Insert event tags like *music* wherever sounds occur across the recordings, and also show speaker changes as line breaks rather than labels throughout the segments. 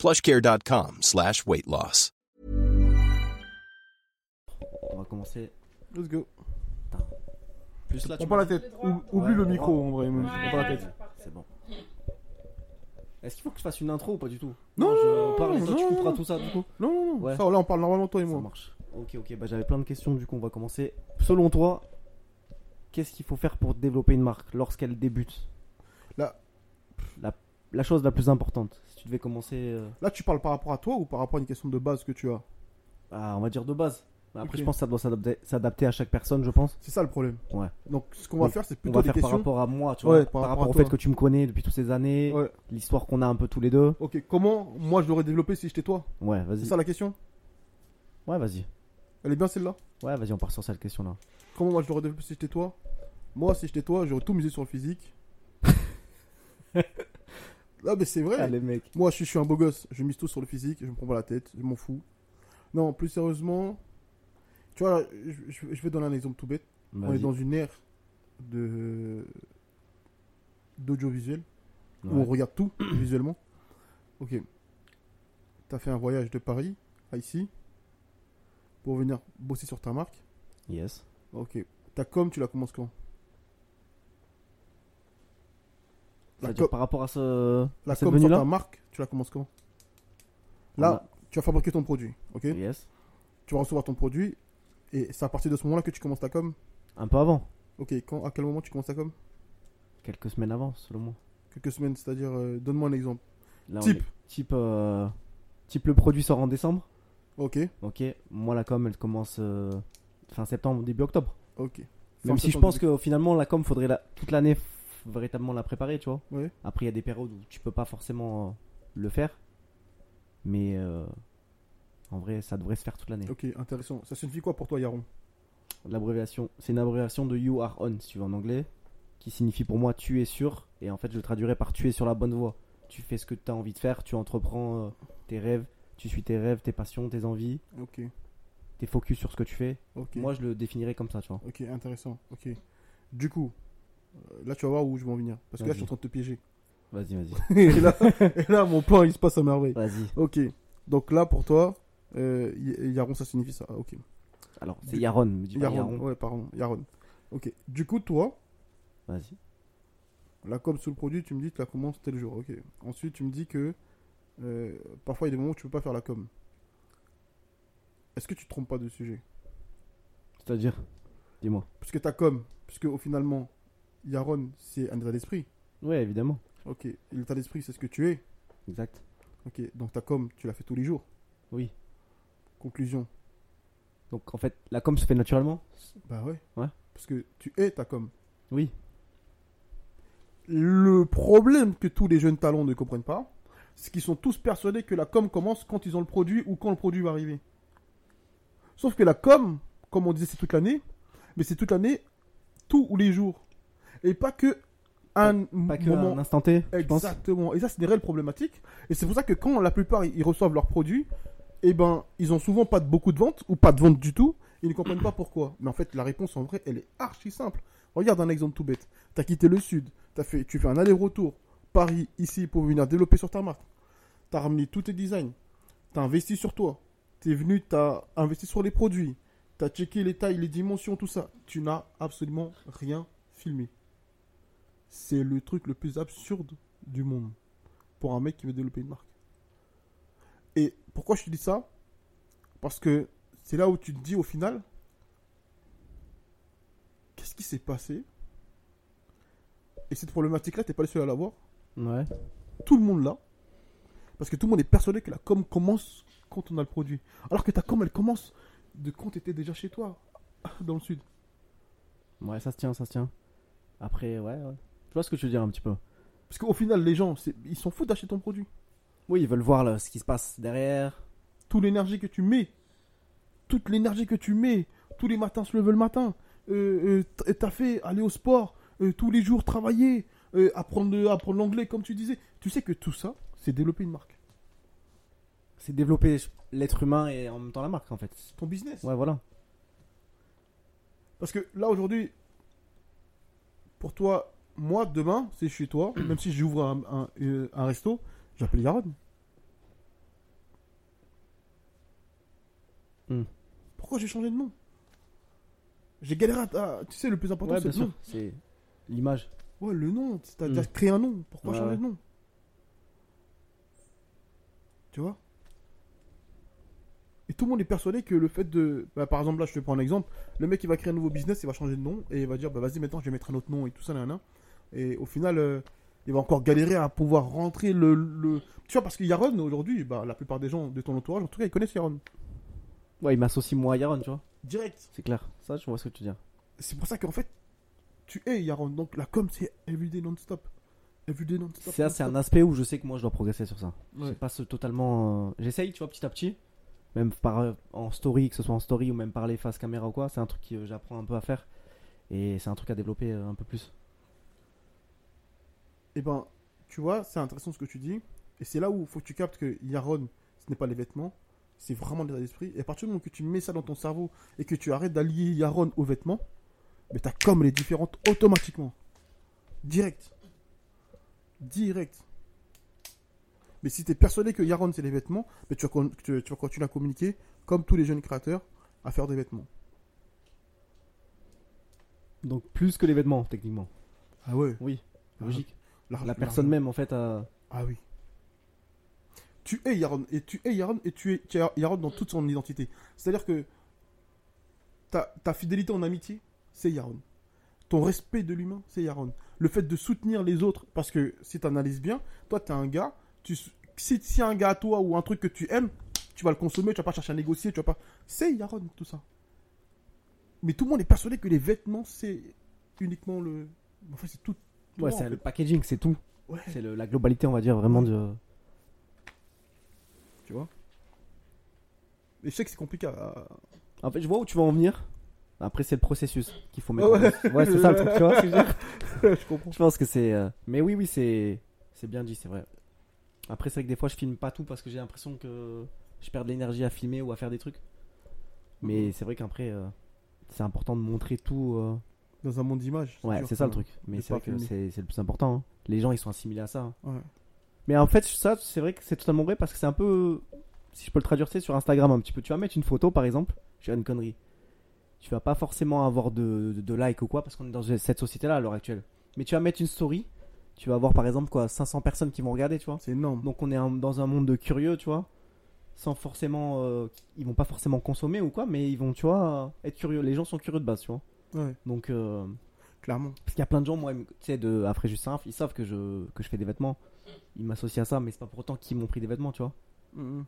plushcare.com slash weight loss.
On va commencer.
Let's go.
Plus là, tu
On prend
m'as
la
dit-
tête. Ou- oublie
Ouais,
le
on
micro en vrai. même. On
Ouais.
prend la tête.
C'est bon. Est-ce qu'il faut que je fasse une intro ou pas du tout
Non,
je on parle et toi tu
non,
couperas
non.
tout ça du coup
Non, non, non.
Ouais.
Ça, là, on parle normalement toi et
Ça
moi.
marche. Ok, ok, bah j'avais plein de questions du coup, on va commencer. Selon toi, qu'est-ce qu'il faut faire pour développer une marque lorsqu'elle débute
La-
la... la chose la plus importante, si tu devais commencer euh,
Là, tu parles par rapport à toi ou par rapport à une question de base que tu as
à, Bah, on va dire de base. Mais Après,
Ok.
je pense que ça doit s'adapter- s'adapter à chaque personne, je pense.
C'est ça le problème.
Ouais.
Donc, ce qu'on va
Donc,
faire, c'est
On
plutôt
va
des
faire par
questions.
rapport à moi, tu
Ouais,
vois,
par
par,
rapport
rapport
à
au
toi.
fait que tu me connais depuis toutes ces années,
Ouais.
l'histoire qu'on a un peu tous les deux.
Ok, comment moi je l'aurais développé si j'étais toi
Ouais,
C'est
vas-y.
ça la question
Ouais, vas-y.
Elle est bien celle-là
Ouais, vas-y, on part sur cette question-là.
Comment moi je l'aurais développé si j'étais toi Moi, si j'étais toi, j'aurais tout misé sur
*laughs*
le physique. ah, mais c'est vrai.
mec.
Moi, je suis, je suis un beau gosse. Je mise tout sur le physique. Je me prends pas la tête. Je m'en fous. Non, plus sérieusement, tu vois, je, je- je vais donner un exemple tout bête. On est dans une ère de d'audiovisuel où on regarde tout *clears throat* visuellement. Ok. T'as fait un voyage de Paris à ici pour venir bosser sur ta marque.
Yes.
Ok. Ta com, tu la commences quand La
C'est-à-dire
com,
par rapport à ce.
la
à cette
com sur
venue-là
ta marque, tu la commences quand Là, tu vas fabriquer ton produit. Ok.
on a- Yes.
Tu vas recevoir ton produit et c'est à partir de ce moment-là que tu commences ta com.
Un peu avant.
Ok. Quand, à quel moment tu commences ta com
Quelques semaines avant, selon moi.
Quelques semaines, c'est-à-dire, euh, donne-moi un exemple.
Là, on
Type.
est- Type. euh, Type le produit sort en décembre.
Ok.
Ok. Moi, la com, elle commence euh, fin septembre, début octobre.
Ok.
Même si je pense que finalement, la com, faudrait la... toute l'année f- véritablement la préparer, tu vois.
Ouais.
Après, il y a des périodes où tu peux pas forcément euh, le faire. Mais. euh, En vrai, ça devrait se faire toute l'année.
Ok, intéressant. Ça signifie quoi pour toi, Yaron
L'abréviation, c'est une abréviation de You Are On, si tu veux en anglais, qui signifie pour moi tu es sûr. Et en fait, je le traduirais par tu es sur la bonne voie. Tu fais ce que tu as envie de faire, tu entreprends euh, tes rêves, tu suis tes rêves, tes passions, tes envies,
Ok.
t'es focus sur ce que tu fais.
Ok.
Moi, je le définirais comme ça, tu vois.
Ok, intéressant. Ok. Du coup, euh, là, tu vas voir où je vais en venir. Parce que là, je suis
Vas-y.
en train de te piéger. *laughs*
Vas-y, vas-y.
et, là, *laughs* et là, mon plan, il se passe à merveille.
*laughs* vas-y.
Ok. Donc là, pour toi, euh, Y- Yaron, ça signifie ça. Ah, Ok.
Alors, c'est
Du-
Yaron, me dis pas
Yaron.
Yaron.
Ouais, pardon. Yaron. Ok. Du coup, toi,
Vas-y.
la com sur le produit, tu me dis que la commence tel jour. Ok. Ensuite, tu me dis que euh, parfois, il y a des moments où tu peux pas faire la com. Est-ce que tu te trompes pas de sujet
C'est-à-dire Dis-moi.
Puisque ta com, puisque au finalement, Yaron, c'est un état d'esprit.
Ouais, évidemment.
Ok, et l'état d'esprit, c'est ce que tu es.
Exact.
Ok, donc ta com, tu la fais tous les jours.
Oui.
Conclusion.
Donc, en fait, la com se fait naturellement
Bah ouais.
Ouais.
Parce que tu es ta com.
Oui.
Le problème que tous les jeunes talents ne comprennent pas, c'est qu'ils sont tous persuadés que la com commence quand ils ont le produit ou quand le produit va arriver. Sauf que la com, comme on disait, c'est toute l'année, mais c'est toute l'année, tous les jours. Et pas que un
Pas que
moment
un instant T, je pense.
Exactement. Et ça, c'est des réelles problématiques. Et c'est pour ça que quand la plupart ils reçoivent leurs produits, eh ben, ils ont souvent pas de beaucoup de ventes ou pas de ventes du tout. Ils ne comprennent pas pourquoi. Mais en fait, la réponse en vrai, elle est archi simple. Regarde un exemple tout bête. T'as quitté le sud. T'as fait, tu fais un aller-retour Paris ici pour venir développer sur ta marque. T'as ramené tous tes designs. T'as investi sur toi. T'es venu, t'as investi sur les produits. T'as checké les tailles, les dimensions, tout ça. Tu n'as absolument rien filmé. C'est le truc le plus absurde du monde pour un mec qui veut développer une marque. Et pourquoi je te dis ça Parce que c'est là où tu te dis au final, qu'est-ce qui s'est passé Et cette problématique-là, t'es pas le seul à l'avoir.
Ouais.
Tout le monde l'a. Parce que tout le monde est persuadé que la com commence quand on a le produit. Alors que ta com, elle commence de quand t'étais déjà chez toi, *laughs* dans le sud.
Ouais, ça se tient, ça se tient. Après, ouais, ouais. Je vois ce que tu veux dire un petit peu.
Parce qu'au final, les gens, c'est- ils s'en foutent d'acheter ton produit.
Oui, ils veulent voir là, ce qui se passe derrière.
toute l'énergie que tu mets, toute l'énergie que tu mets, tous les matins se lever le matin, euh, euh, t'as fait aller au sport, euh, tous les jours travailler, euh, apprendre, le- apprendre l'anglais comme tu disais, tu sais que tout ça, c'est développer une marque,
C'est développer l'être humain et en même temps la marque en fait.
ton business.
Ouais, voilà.
Parce que là aujourd'hui, pour toi, moi demain, c'est
*clears throat*
chez toi, même si j'ouvre un, un- euh, un resto, j'appelle Yaron.
Hmm.
Pourquoi j'ai changé de nom J'ai galéré à, à- Tu sais, le plus important,
Ouais,
c'est
bien sûr.
le nom.
C'est l'image.
Ouais, le nom, tu- t'as
Hmm.
déjà créé un nom, pourquoi
Ouais,
changer
ouais.
de nom Tu vois Et tout le monde est persuadé que le fait de. bah, par exemple, là, je te prends un exemple. Le mec, il va créer un nouveau business, il va changer de nom et il va dire, bah vas-y, maintenant, je vais mettre un autre nom et tout ça, nanana. Et au final, euh, il va encore galérer à pouvoir rentrer le. le- Tu vois, parce que Yaron, aujourd'hui, bah, la plupart des gens de ton entourage, en tout cas, ils connaissent Yaron.
Ouais, il m'associe moi à Yaron, tu vois.
Direct.
C'est clair. Ça, je vois ce que tu dis.
C'est pour ça qu'en fait, tu es Yaron. Donc, la com, c'est everyday non-stop. Everyday non-stop.
Ça, c'est
non-stop.
un aspect où je sais que moi, je dois progresser sur ça.
Ouais.
Je passe totalement. euh, J'essaye, tu vois, petit à petit. Même par, euh, en story, que ce soit en story ou même parler face caméra ou quoi. C'est un truc que j'apprends un peu à faire. Et c'est un truc à développer euh, un peu plus.
Eh ben, tu vois, c'est intéressant ce que tu dis. Et c'est là où faut que tu captes que Yaron, ce n'est pas les vêtements, c'est vraiment l'état d'esprit. Et à partir du moment que tu mets ça dans ton cerveau et que tu arrêtes d'allier Yaron aux vêtements, mais ta com, elle est différente automatiquement. Direct. Direct. Mais si tu es persuadé que Yaron, c'est les vêtements, mais tu vas, con- tu- tu vas continuer à communiquer, comme tous les jeunes créateurs, à faire des vêtements.
Donc, plus que l'événement, techniquement.
Ah ouais
Oui, logique. La
même
personne même, en fait, a.
Ah oui. Tu es Yaron et tu es Yaron et tu es tu es Yaron dans toute son identité. C'est-à-dire que ta, ta fidélité en amitié, c'est Yaron. Ton respect de l'humain, c'est Yaron. Le fait de soutenir les autres, parce que si tu analyses bien, toi, tu es un gars, tu, s- si, si un gars à toi ou un truc que tu aimes, tu vas le consommer, tu vas pas chercher à négocier, tu vas pas. C'est Yaron, tout ça. Mais tout le monde est persuadé que les vêtements, c'est uniquement le. En fait, c'est tout. tout
Ouais,
en
c'est le
fait.
packaging, c'est tout.
Ouais.
C'est le- la globalité, on va dire, vraiment de.
Tu vois Mais je sais que c'est
*laughs*
compliqué à.
En fait, je vois où tu vas en venir. Après, c'est le processus qu'il faut mettre.
Ouais.
en place. Ouais, c'est ça le truc, tu
*laughs*
vois. ce que je veux dire
je comprends.
Je pense que c'est. euh, Mais oui, oui, c'est. C'est bien dit, c'est vrai. Après, c'est vrai que des fois, je filme pas tout parce que j'ai l'impression que je perds de l'énergie à filmer ou à faire des trucs.
Mhm.
Mais c'est vrai qu'après, euh, c'est important de montrer tout. euh,
Dans un monde d'image.
Ouais, c'est ça le truc. Mais
euh, de
c'est vrai
pas
que
filmer.
c'est c'est le plus important. hein. Les gens, ils sont assimilés à ça. hein.
Ouais.
Mais en fait, ça, c'est vrai que c'est totalement vrai parce que c'est un peu. Si je peux le traduire, c'est sur Instagram un petit peu. Tu vas mettre une photo, par exemple, je fais une connerie. Tu vas pas forcément avoir de, de, de like ou quoi parce qu'on est dans cette société-là à l'heure actuelle. Mais tu vas mettre une story, tu vas avoir par exemple quoi 500 personnes qui vont regarder, tu vois.
C'est énorme.
Donc on est un- dans un monde de curieux, tu vois. Sans forcément. euh, ils vont pas forcément consommer ou quoi, mais ils vont, tu vois, être curieux. Les gens sont curieux de base, tu vois.
Ouais,
Donc. euh,
clairement.
parce qu'il y a plein de gens, moi, ils me- tu sais, de après juste simple, ils savent que je, que je fais des vêtements. Ils m'associent à ça, mais c'est pas pour autant qu'ils m'ont pris des vêtements, tu vois.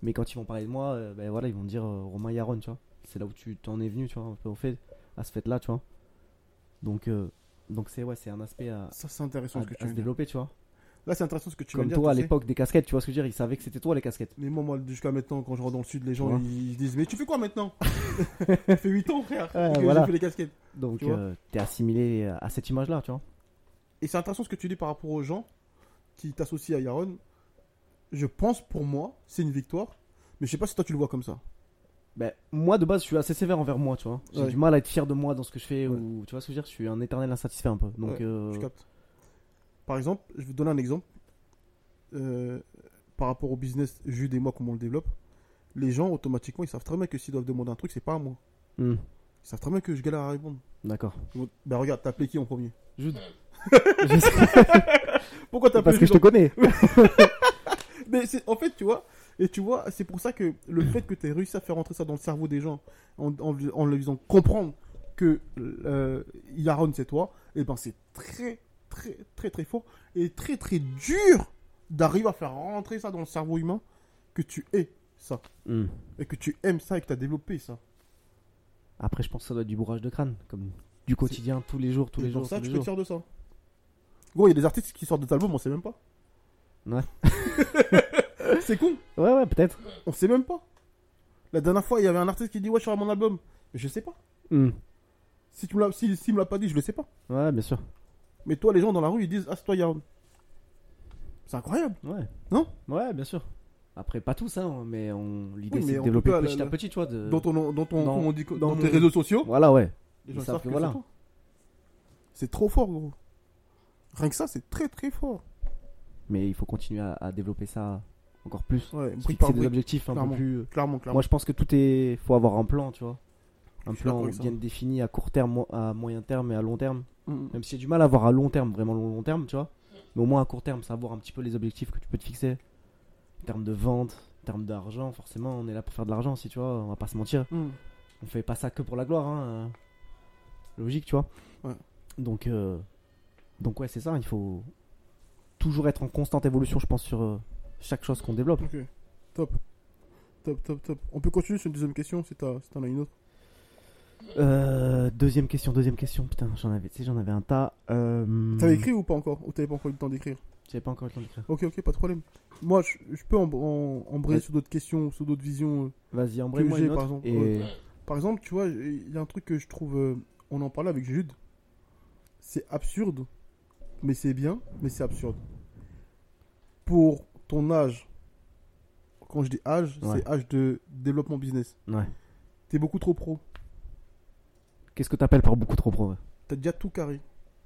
Mais quand ils vont parler de moi, euh, ben voilà, ils vont dire euh, Romain Yaron, tu vois. C'est là où tu t'en es venu, tu vois, un peu au fait, à ce fait-là, tu vois. Donc, euh, donc c'est ouais, c'est un aspect à,
Ça, c'est intéressant
à-
ce que
à
tu
se
viens de dire.
développer, tu vois.
Là, c'est intéressant ce que tu viens
Ah, Comme
de dire.
toi à
tu sais.
l'époque des casquettes, tu vois ce que je veux dire. Ils savaient que c'était toi les casquettes.
Mais moi, moi jusqu'à maintenant, quand je rentre dans le sud, les gens
Ouais.
ils disent Mais tu fais
*laughs*
quoi maintenant Ça fait 8 ans, frère,
Ouais,
que
voilà.
j'ai fait les casquettes.
Donc
Tu vois.
euh, t'es assimilé à cette image-là, tu vois.
Et c'est intéressant ce que tu dis par rapport aux gens qui t'associent à Yaron. Je pense pour moi, c'est une victoire. Mais je sais pas si toi tu le vois comme ça.
Ben, moi de base, je suis assez sévère envers moi, tu vois. J'ai
Ouais.
du mal à être fier de moi dans ce que je fais
Ouais.
ou tu vois ce que je veux dire. Je suis un éternel insatisfait un peu. Donc
Ouais,
euh,
Je capte. Par exemple, je vais te donner un exemple. Euh, par rapport au business Jude et moi, comment on le développe, les gens automatiquement ils savent très bien que s'ils doivent demander un truc, c'est pas à moi.
hmm,
Ils savent très bien que je galère à répondre.
d'accord.
Ils vont- Ben regarde, t'as appelé qui en premier
Jude. *laughs* Je sais-
Pourquoi t'as
parce
appelé
que je
Jude
te
en-
connais.
Mais c'est- en fait, tu vois, et tu vois, c'est pour ça que le fait que tu aies réussi à faire rentrer ça dans le cerveau des gens en, en, en leur faisant comprendre que euh, Yaron c'est toi, et ben c'est très, très, très, très fort et très, très dur d'arriver à faire rentrer ça dans le cerveau humain que tu es ça
Hmm.
et que tu aimes ça et que tu as développé ça.
Après, je pense que ça doit être du bourrage de crâne, comme du quotidien, tous les jours, tous
et
les
pour
jours.
ça,
tous
tu
les
peux te
jours.
faire de ça. Gros, il y a des artistes qui sortent des albums, on sait même pas.
Ouais.
*laughs* c'est con,
Ouais, ouais, peut-être.
on sait même pas. La dernière fois, il y avait un artiste qui dit Ouais, je sors mon album. Mais je sais pas.
Hmm.
Si tu me l'as- si, si me l'a pas dit, je le sais pas.
Ouais, bien sûr.
Mais toi, les gens dans la rue, ils disent Ah, c'est toi, Yaron. C'est incroyable.
Ouais.
Non
Ouais, bien sûr. Après, pas tous, hein, mais on... l'idée
Oui, mais
c'est de
en
développer
tout cas,
petit
la-
à petit, tu vois. De...
Dans, ton, Euh, dans, ton,
dans-
comment on dit,
dans
dans tes
nos-
réseaux sociaux,
Voilà, ouais.
les gens
ils
savent
savent
que
que voilà.
c'est toi. C'est trop fort, gros. Rien que ça, c'est très très fort.
Mais il faut continuer à, à développer ça encore plus.
Ouais,
Se
brique
fixer
par
des
brique,
objectifs un
clairement.
peu plus. euh,
Clairement, clairement.
Moi, je pense que tout est. faut avoir un plan, tu vois. Un
Je suis
plan
d'accord avec ça.
bien défini à court terme, mo- à moyen terme et à long terme.
Mm.
Même si j'ai du mal à avoir à long terme, vraiment long, long terme, tu vois. Mais au moins à court terme, savoir un petit peu les objectifs que tu peux te fixer. En termes de vente, en termes d'argent, forcément, on est là pour faire de l'argent, si tu vois, on va pas se mentir.
Mm.
On fait pas ça que pour la gloire, hein. euh, Logique, tu vois.
Ouais.
Donc, euh, donc ouais, c'est ça, il faut toujours être en constante évolution, je pense, sur euh, chaque chose qu'on développe.
Ok, top. Top, top, top. On peut continuer sur une deuxième question si t'as- si t'en as une autre.
Euh, deuxième question, deuxième question, putain, j'en avais, tu sais, j'en avais un tas. Euh,
T'avais écrit ou pas encore Ou t'avais pas encore eu le temps d'écrire
J'avais pas encore eu le temps d'écrire.
Ok, ok, pas de problème. Moi, je, je peux en, en, en brayer
Ouais.
sur d'autres questions, sur d'autres visions.
Vas-y, embraye-moi
j'ai,
une autre.
par exemple,
et...
ouais. Par exemple, tu vois, il y a un truc que je trouve. euh, on en parlait avec Jude. C'est absurde, mais c'est bien, mais c'est absurde. Pour ton âge, quand je dis âge,
Ouais.
c'est âge de développement business.
ouais.
T'es beaucoup trop pro.
Qu'est-ce que t'appelles par beaucoup trop pro ouais
T'as déjà tout carré.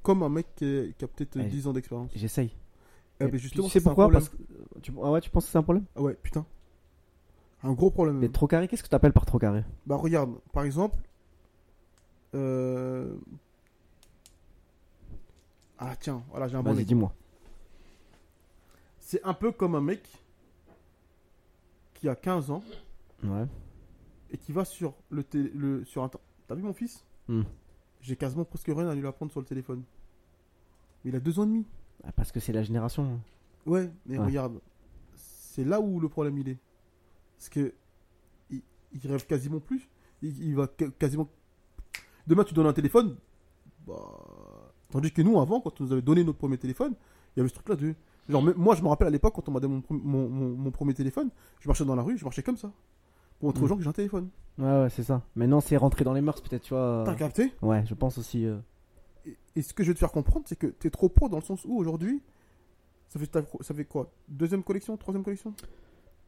Comme un mec qui, est- qui a peut-être
Ouais.
10 ans d'expérience.
J'essaye.
Eh
Et
ben, justement,
tu sais
ça, c'est un
pourquoi
problème.
Parce que tu... Ah ouais, tu penses que c'est un problème
Ah ouais, putain. Un gros problème.
Mais trop carré, qu'est-ce que t'appelles par trop carré
Bah regarde, par exemple, euh... ah tiens, voilà j'ai un bon
Vas-y,
exemple.
dis-moi.
C'est un peu comme un mec qui a 15 ans
Ouais.
et qui va sur le télé, le sur inter- T'as vu mon fils
Hmm.
J'ai quasiment presque rien à lui apprendre sur le téléphone. Mais il a deux ans et demi.
Ah, Parce que c'est la génération. hein.
Ouais, mais
Ouais.
regarde, c'est là où le problème il est, parce que il, il rêve quasiment plus. Il, il va ca- quasiment. Demain, tu donnes un téléphone. Bah... Tandis que nous, avant, quand on nous avait donné notre premier téléphone, il y avait ce truc-là de. Genre, même- moi, je me rappelle à l'époque, quand on m'a donné mon, pr- mon, mon- mon premier téléphone, je marchais dans la rue, je marchais comme ça. Pour montrer aux
Mm.
gens que j'ai un téléphone.
Ouais, ouais, c'est ça. Maintenant, c'est rentré dans les mœurs, peut-être, tu vois.
T'as capté
Ouais, je pense aussi. euh,
et, et ce que je veux te faire comprendre, c'est que t'es trop pro dans le sens où aujourd'hui, ça fait, ta- ça fait quoi Deuxième collection Troisième collection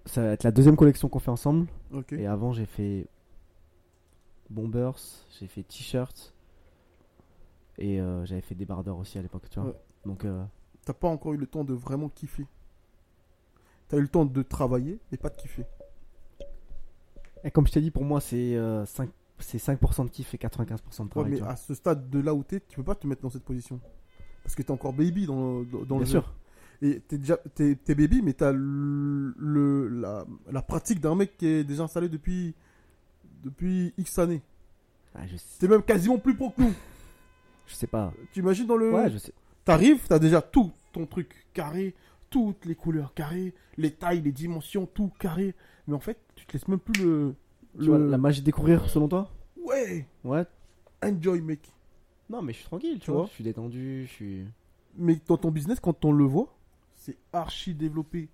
Ça va être la deuxième collection qu'on fait ensemble.
Ok.
Et avant, j'ai fait bombers, j'ai fait t-shirts et euh, j'avais fait débardeur aussi à l'époque, tu vois.
Ouais.
Donc euh,
t'as pas encore eu le temps de vraiment kiffer. T'as eu le temps de travailler, mais pas de kiffer.
et comme je t'ai dit, pour moi, c'est euh, 5 c'est 5% de kiff et 95% de
Ouais,
travail.
mais
tu vois.
à ce stade de là où t'es, tu peux pas te mettre dans cette position. Parce que t'es encore baby dans, dans, dans le
Bien
jeu.
sûr.
Et t'es déjà t'es, t'es baby, mais t'as le, le- la, la pratique d'un mec qui est déjà installé depuis, depuis X années.
Ah, je, sais,
T'es même quasiment plus pro que nous.
je sais pas.
tu imagines dans le.
Ouais, je sais.
T'arrives, t'as déjà tout ton truc carré, toutes les couleurs carrées, les tailles, les dimensions, tout carré. Mais en fait, tu te laisses même plus le.
Tu
le-
vois, la magie de découvrir, selon toi
Ouais,
Ouais.
enjoy mec.
Non, mais je suis tranquille, tu,
Tu
vois.
vois.
Je suis détendu, je suis.
Mais dans ton business, quand on le voit, c'est archi développé.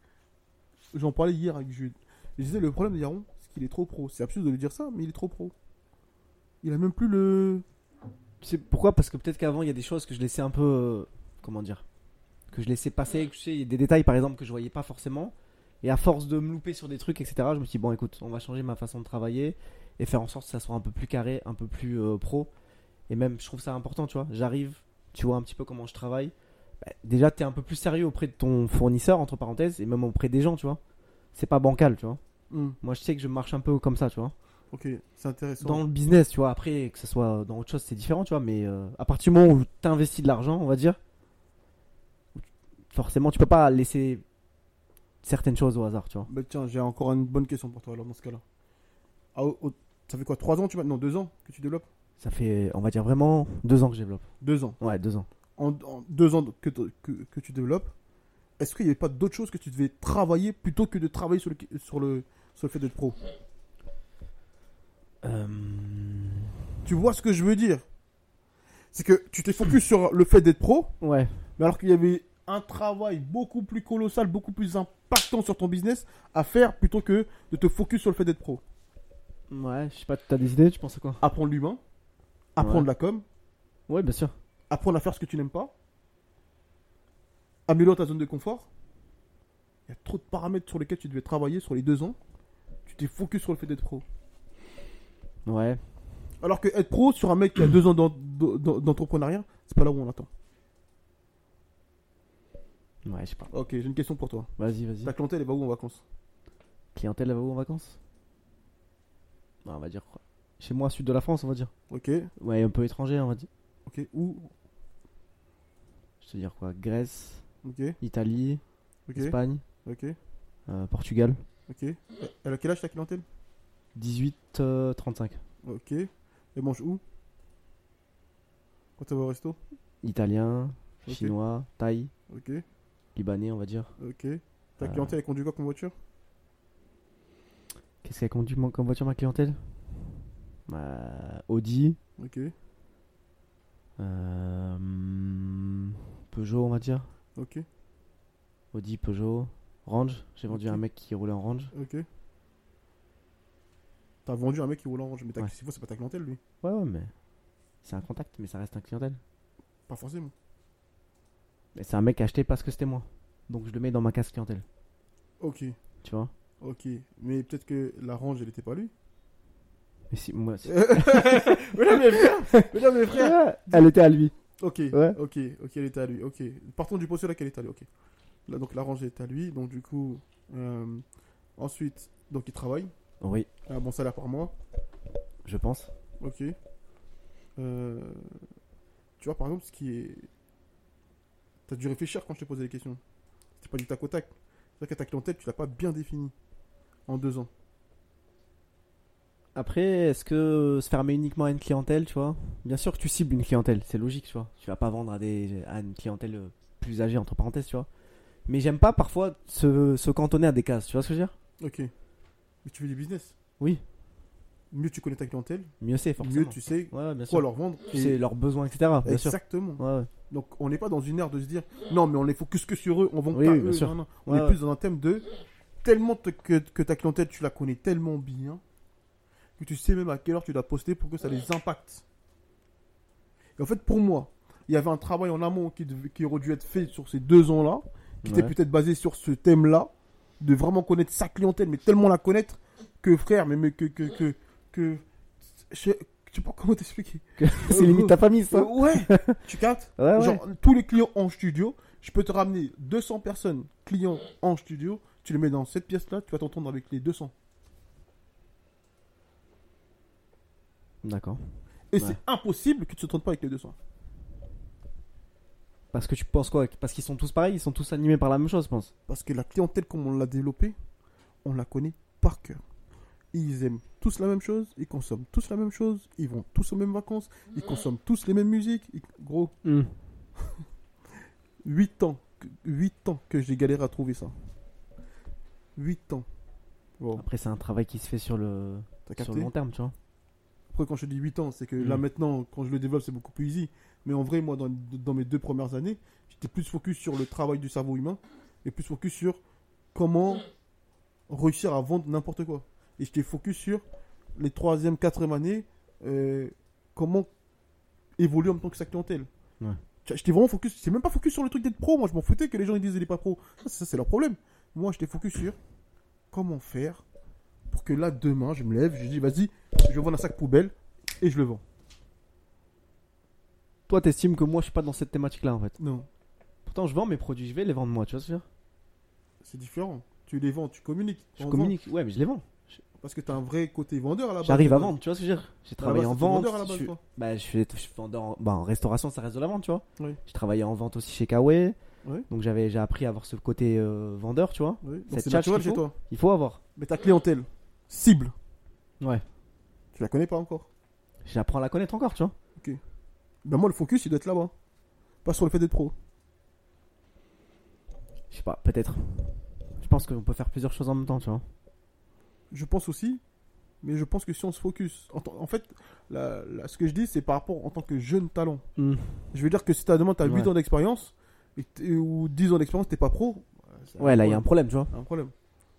J'en parlais hier avec Jude. Je disais, le problème de Yaron, c'est qu'il est trop pro. C'est absurde de lui dire ça, mais il est trop pro. Il a même plus le.
Tu sais pourquoi Parce que peut-être qu'avant, il y a des choses que je laissais un peu. euh, comment dire Que je laissais passer, que je sais, il y a des détails par exemple que je voyais pas forcément. Et à force de me louper sur des trucs, etc., je me suis dit, bon, écoute, on va changer ma façon de travailler et faire en sorte que ça soit un peu plus carré, un peu plus euh, pro. Et même, je trouve ça important, tu vois. J'arrive, tu vois un petit peu comment je travaille. Bah, déjà, t'es un peu plus sérieux auprès de ton fournisseur, entre parenthèses, et même auprès des gens, tu vois. C'est pas bancal, tu vois.
Hmm,
Moi, je sais que je marche un peu comme ça, tu vois
ok, c'est intéressant.
dans le business, tu vois. Après, que ce soit dans autre chose, c'est différent, tu vois. Mais euh, à partir du moment où tu investis de l'argent, on va dire, forcément, tu peux pas laisser certaines choses au hasard, tu vois.
Bah tiens, j'ai encore une bonne question pour toi alors dans ce cas-là. Ah, oh, oh, ça fait quoi 3 ans tu m'as- Non, 2 ans que tu développes
Ça fait, on va dire, vraiment deux ans que je développe.
2 ans.
Ouais, deux ans.
En, 2 ans que, t- que, que tu développes, est-ce qu'il n'y avait pas d'autres choses que tu devais travailler plutôt que de travailler sur le, sur le, sur le fait d'être pro
Euh,
Tu vois ce que je veux dire C'est que tu t'es focus sur le fait d'être pro,
Ouais,
mais alors qu'il y avait un travail beaucoup plus colossal, beaucoup plus impactant sur ton business à faire plutôt que de te focus sur le fait d'être pro.
Ouais, je sais pas, t'as des idées, tu penses à quoi
Apprendre l'humain, apprendre
Ouais.
la com,
Ouais, bien sûr.
apprendre à faire ce que tu n'aimes pas, améliorer ta zone de confort. Il y a trop de paramètres sur lesquels tu devais travailler sur les deux ans. Tu t'es focus sur le fait d'être pro.
Ouais.
Alors que être pro sur un mec qui a deux ans d'en- d'en- d'entrepreneuriat, c'est pas là où on l'attend.
Ouais, je sais pas.
Ok, j'ai une question pour toi.
Vas-y, vas-y.
Ta clientèle, elle va où en vacances
Clientèle, elle va où en vacances Bah, on va dire quoi Chez moi, sud de la France, on va dire.
Ok,
Ouais, un peu étranger, on va dire.
ok, où
Je te dire quoi Grèce,
Ok,
Italie,
ok,
Espagne,
ok,
euh, Portugal.
ok. Euh, Elle a quel âge ta clientèle
18, euh, 35.
Ok. Elle mange où Quand elle va au resto
Italien,
Ok.
chinois, thaï,
Ok,
libanais, on va dire.
ok. Ta
Euh.
clientèle, elle conduit quoi comme voiture
Qu'est-ce qu'elle conduit mon- comme voiture ma clientèle Bah, Audi,
Ok,
euh, hmm, Peugeot, on va dire.
ok,
Audi, Peugeot, Range. J'ai vendu
Ok.
à un mec qui roulait en Range.
ok. T'as vendu un mec qui roule en orange, mais ta...
Ouais.
c'est c'est pas ta clientèle lui
Ouais, ouais, mais c'est un contact, mais ça reste un clientèle.
Pas forcément.
Mais c'est un mec acheté parce que c'était moi. Donc je le mets dans ma case clientèle,
Ok,
tu vois.
ok. Mais peut-être que la range, elle était pas lui
Mais si, *laughs* moi,
*laughs*
c'est-
Mais non, mais frère Mais non, mais frère
elle était à lui.
Ok,
Ouais.
ok, ok, elle est à lui, ok. Partons du postulat qu'elle est à lui, ok. Là, donc la range est à lui, donc du coup, euh, ensuite, donc il travaille,
Oui,
un bon salaire par mois,
je pense.
ok. Euh, tu vois, par exemple, ce qui est... T'as dû réfléchir quand je t'ai posé les questions. C'était pas du tac au tac. C'est-à-dire que ta clientèle, tu l'as pas bien définie en deux ans.
Après, est-ce que se fermer uniquement à une clientèle, tu vois Bien sûr que tu cibles une clientèle, c'est logique, tu vois. Tu vas pas vendre à, des, à une clientèle euh, plus âgée, entre parenthèses, tu vois. Mais j'aime pas parfois se, se cantonner à des cases, tu vois ce que je veux dire
Ok. Mais tu fais du business.
Oui.
Mieux tu connais ta clientèle,
Mieux c'est, forcément.
mieux tu sais
Ouais, ouais, bien sûr.
quoi leur vendre.
Tu
et-
sais leurs besoins, etc. Bien sûr.
Exactement.
Ouais, ouais.
Donc on n'est pas dans une ère de se dire non mais on les focus que sur eux, on vend
Oui,
pas
oui,
eux.
bien sûr.
non, non.
Ouais,
on est
ouais.
plus dans un thème de tellement te- que, que ta clientèle tu la connais tellement bien que tu sais même à quelle heure tu dois poster pour que ça les impacte. Et en fait pour moi, il y avait un travail en amont qui, devait- qui aurait dû être fait sur ces deux ans là, qui était
Ouais.
peut-être basé sur ce thème là, de vraiment connaître sa clientèle, mais tellement la connaître que frère, mais, mais que que que, que- je, je sais pas comment t'expliquer.
c'est limite ta famille,
Euh,
ça.
ouais, tu captes
Ouais, Ah ouais.
Genre, tous les clients en studio, je peux te ramener 200 personnes, clients en studio, tu les mets dans cette pièce-là, tu vas t'entendre avec les 200.
D'accord.
Et
Ouais.
c'est impossible que tu ne t'entendes pas avec les 200.
Parce que tu penses quoi Parce qu'ils sont tous pareils, ils sont tous animés par la même chose, je pense.
Parce que la clientèle, comme on l'a développée, on la connaît par cœur. Ils aiment tous la même chose, ils consomment tous la même chose, ils vont tous aux mêmes vacances, ils consomment tous les mêmes musiques. Ils- Gros, 8 ans, 8 ans que j'ai galéré à trouver ça. 8 ans. Bon,
Après, c'est un travail qui se fait sur le,
t'as
sur
capté
le long terme, tu vois.
Après, quand je te dis 8 ans, c'est que
Mm.
là maintenant, quand je le développe, c'est beaucoup plus easy. Mais en vrai, moi, dans, dans mes deux premières années, j'étais plus focus sur le travail du cerveau humain et plus focus sur comment réussir à vendre n'importe quoi. Et j'étais focus sur les troisième, quatrième années, euh, comment évoluer en tant que sa clientèle.
Ouais.
Tu vois, J'étais vraiment focus, c'est même pas focus sur le truc d'être pro, moi je m'en foutais que les gens ils disent il est pas pro. Ça, c'est- ça, c'est leur problème. Moi j'étais focus sur comment faire pour que là demain je me lève, je dis vas-y, je vends un sac poubelle et je le vends.
Toi, t'estimes que moi, je suis pas dans cette thématique-là, en fait.
Non,
Pourtant, je vends mes produits, je vais les vendre moi, tu vois ce que je veux dire
c'est différent. Tu les vends, tu communiques.
Je
En
communique, ouais, mais je les vends.
vente, Parce que t'as un vrai côté vendeur à la base.
J'arrive à
toi.
vendre, Ah bah, tu vois ce que je veux dire Bah, J'ai
À la base,
travaillé en
t'étais vendeur
vente.
à la base,
je,
toi.
bah, je suis, je suis vendeur en, bah, en restauration, ça reste de la vente, tu vois.
Oui.
J'ai travaillé en vente aussi chez Kawe.
Oui.
Donc j'avais j'ai appris à avoir ce côté euh, vendeur, tu vois.
Oui, donc
Cette
C'est
charge
naturel
qu'il
chez
faut.
toi.
Il faut avoir.
Mais ta clientèle, cible,
Ouais.
tu la connais pas encore.
J'apprends à la connaître encore, tu vois.
Ben moi le focus il doit être là-bas. Pas sur le fait d'être pro.
Je sais pas, peut-être. Je pense qu'on peut faire plusieurs choses en même temps, tu vois.
Je pense aussi, mais je pense que si on se focus. En, tant- en fait, la- la- ce que je dis c'est par rapport en tant que jeune talent.
Mm.
Je veux dire que si t'as demain t'as 8
Ouais.
ans d'expérience et t'es- ou 10 ans d'expérience, t'es pas pro. c'est
Ouais, là, il y a un problème, tu vois.
un problème.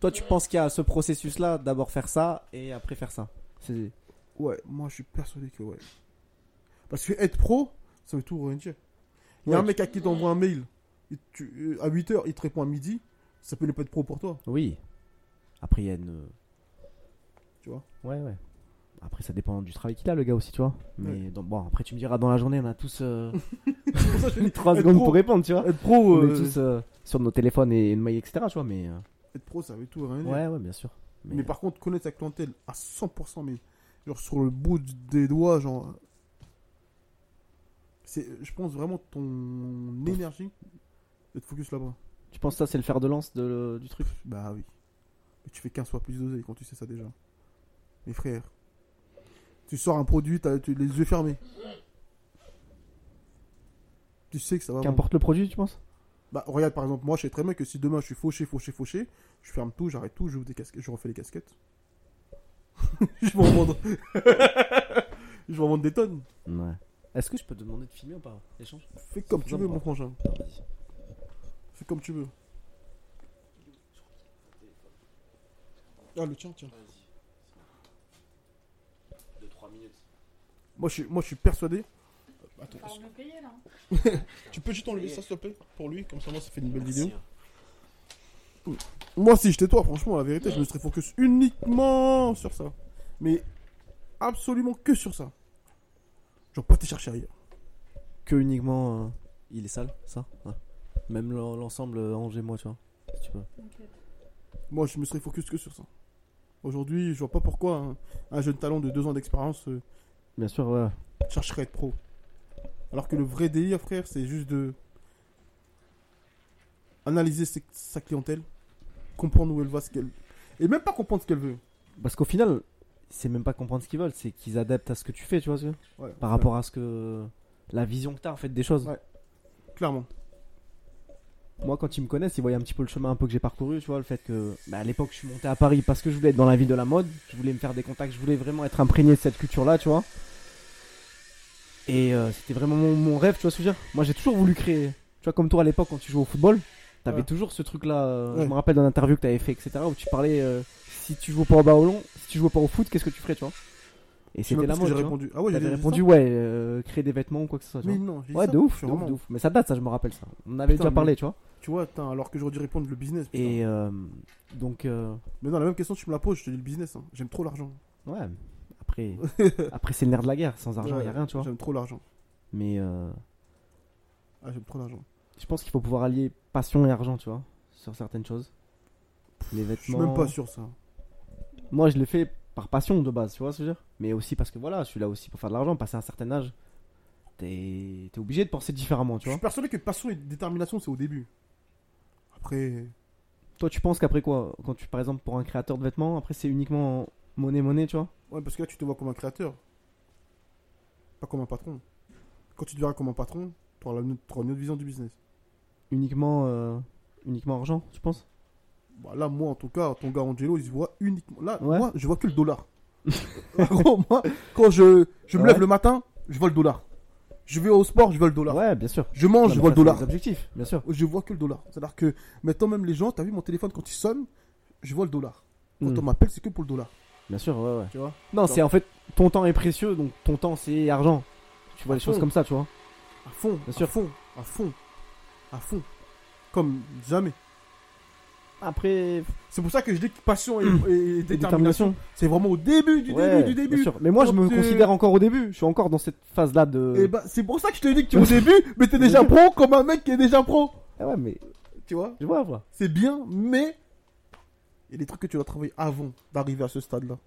Toi, tu penses qu'il y a ce processus-là, d'abord faire ça et après faire ça. C'est-
Ouais, moi je suis persuadé que ouais. Parce que être pro, ça veut tout rien dire. Il y a
Ouais,
un mec à qui t'envoie un mail il- tu- euh, à 8h, il te répond à midi, ça peut ne pas être pro
*laughs*
pour toi,
Oui. Après, il y a une.
tu vois.
Ouais, ouais. Après, ça dépend du travail qu'il a, le gars aussi, tu vois. Mais dans- bon, après, tu me diras, dans la journée, on a tous *laughs* euh,
C'est pour ça que je te dis,
3
être
secondes
pro-
pour répondre, tu vois.
Être pro,
On est
euh,
tous euh, sur nos téléphones et une mail, etc. Tu vois, mais. euh,
être pro, ça veut tout rien dire.
Ouais, ouais, bien sûr.
Mais par contre, connaître sa clientèle à 100%, mais genre sur le bout du- des doigts, genre. C'est, je pense vraiment ton énergie de te focus là-bas.
Tu penses ça, c'est le fer de lance de- du truc
Bah oui. Et tu fais 15 fois plus d'oseille quand tu sais ça déjà. Mes frères. Tu sors un produit, t'as tu- les yeux fermés. Tu sais que ça va. vendre.
Qu'importe le produit, tu penses
Bah regarde par exemple, moi je sais très bien que si demain je suis fauché, fauché, fauché, je ferme tout, j'arrête tout, je, des casquettes, je refais les casquettes. *laughs* je vais en vendre. *laughs* je vais en vendre des tonnes.
Ouais. Est-ce que je peux te demander de filmer ou pas L'échange
Fais comme
C'est
tu veux
sympa.
mon frangin. Fais comme tu veux. Ah le tien, tiens.
De 3 minutes.
Moi je suis, moi, je suis persuadé. Attends,
Faut me le payer là. hein.
tu peux juste enlever ça s'il te plaît pour lui, comme ça moi ça fait une belle
Merci,
vidéo.
hein.
Moi si j'étais toi, franchement la vérité, je me serais focus uniquement sur ça. Mais absolument que sur ça. Genre pas te chercher ailleurs.
Que uniquement. euh, Il est sale, ça Ouais. Même l'en- l'ensemble, euh, Angers-moi, tu vois. Si tu peux.
T'inquiète.
Moi, je me serais focus que sur ça. Aujourd'hui, je vois pas pourquoi un, un jeune talent de deux ans d'expérience euh,
Bien sûr, ouais.
chercherait à être pro. Alors que le vrai délire, frère, c'est juste de analyser ses- sa clientèle, comprendre où elle va, ce qu'elle. Et même pas comprendre ce qu'elle veut.
Parce qu'au final, c'est même pas comprendre ce qu'ils veulent, c'est qu'ils adaptent à ce que tu fais, tu vois. ce que-
Ouais,
Par rapport à ce que. La vision que t'as en fait des choses.
Ouais. Clairement.
Moi, quand ils me connaissent, ils voyaient un petit peu le chemin un peu que j'ai parcouru, tu vois, le fait que bah, à l'époque je suis monté à Paris parce que je voulais être dans la vie de la mode, je voulais me faire des contacts, je voulais vraiment être imprégné de cette culture-là, tu vois. Et euh, c'était vraiment mon, mon rêve, tu vois ce que je veux dire. Moi, j'ai toujours voulu créer, tu vois, comme toi à l'époque quand tu jouais au football, t'avais
Ouais.
toujours ce truc-là. euh,
Ouais.
Je me rappelle d'une interview que t'avais fait, etc., où tu parlais euh, si tu jouais pas au ballon, si tu jouais pas au foot, qu'est-ce que tu ferais, tu vois. Et
Je sais
c'était
même
la
pas ce
mode.
que
tu
J'ai
vois.
répondu. Ah ouais,
T'avais
j'ai dit
répondu,
ça
ouais, euh, créer des vêtements ou quoi que ce soit, tu
Mais
vois.
non, j'ai dit
Ouais,
ça.
de
Je
ouf,
suis
de ouf,
vraiment-
de ouf. Mais ça date, ça, je me rappelle ça. On en avait
Putain,
déjà
mais-
parlé, tu vois.
Tu vois, attends, alors que j'aurais dû répondre le business. putain.
Et euh, donc, euh,
Mais non, la même question, tu me la poses, je te dis le business. hein. J'aime trop l'argent.
ouais,
*laughs*
après, après c'est le nerf de la guerre. Sans argent, il
Ouais,
a rien, tu vois.
J'aime trop l'argent.
Mais euh,
Ah, j'aime trop l'argent.
je pense qu'il faut pouvoir allier passion et argent, tu vois, sur certaines choses. Les
Je suis
vêtements.
même pas sûr ça.
Moi, je l'ai fait par passion de base, tu vois ce que je veux dire. Mais aussi parce que voilà, je suis là aussi pour faire de l'argent. Passer un certain âge, t'es t'es obligé de penser différemment, tu
Je
vois.
suis persuadé que passion et détermination, c'est au début. Après,
Toi, tu penses qu'après quoi Quand tu, par exemple, pour un créateur de vêtements, après c'est uniquement monnaie, monnaie, tu vois.
ouais, parce que là, tu te vois comme un créateur. Pas comme un patron. Quand tu te verras comme un patron, tu auras, une autre vision du business.
Uniquement, euh, uniquement argent, tu penses
Bah, là, moi, en tout cas, ton gars Angelo, il se voit uniquement. Là,
Ouais.
moi, je vois que
*laughs*
le dollar. En gros, moi, quand je, je me
Ouais.
lève le matin, je vois le dollar. Je vais au sport, je vois le dollar.
Ouais, bien sûr.
Je
Non,
mange, je
mais
vois
ça, c'est
le dollar.
les objectifs, bien sûr.
Je vois que le dollar. C'est-à-dire que maintenant, même les gens, t'as vu mon téléphone quand il sonne, je vois le dollar. Quand
Mm.
on m'appelle, c'est que pour le dollar.
Bien sûr, ouais, ouais.
Tu vois
Non, c'est en fait, ton temps est précieux, donc ton temps c'est argent. Tu vois les choses
fond.
comme ça, tu vois.
À fond, à
sûr.
fond, à fond, à fond. Comme jamais.
Après,
C'est pour ça que je dis que passion et, et
des
détermination, c'est vraiment au début du
Hmm. Ouais,
début euh, du
bien
début.
sûr. Mais moi, je
Quand
me
tu-
considère encore au début. Je suis encore dans cette phase-là de.
Et bah, c'est pour ça que je te dis que tu es au début,
*laughs*
mais t'es déjà pro comme un mec qui est déjà pro.
Ah ouais, mais
Tu vois
je vois, voilà.
C'est bien, mais il y a des trucs que tu dois travailler avant d'arriver à ce stade-là.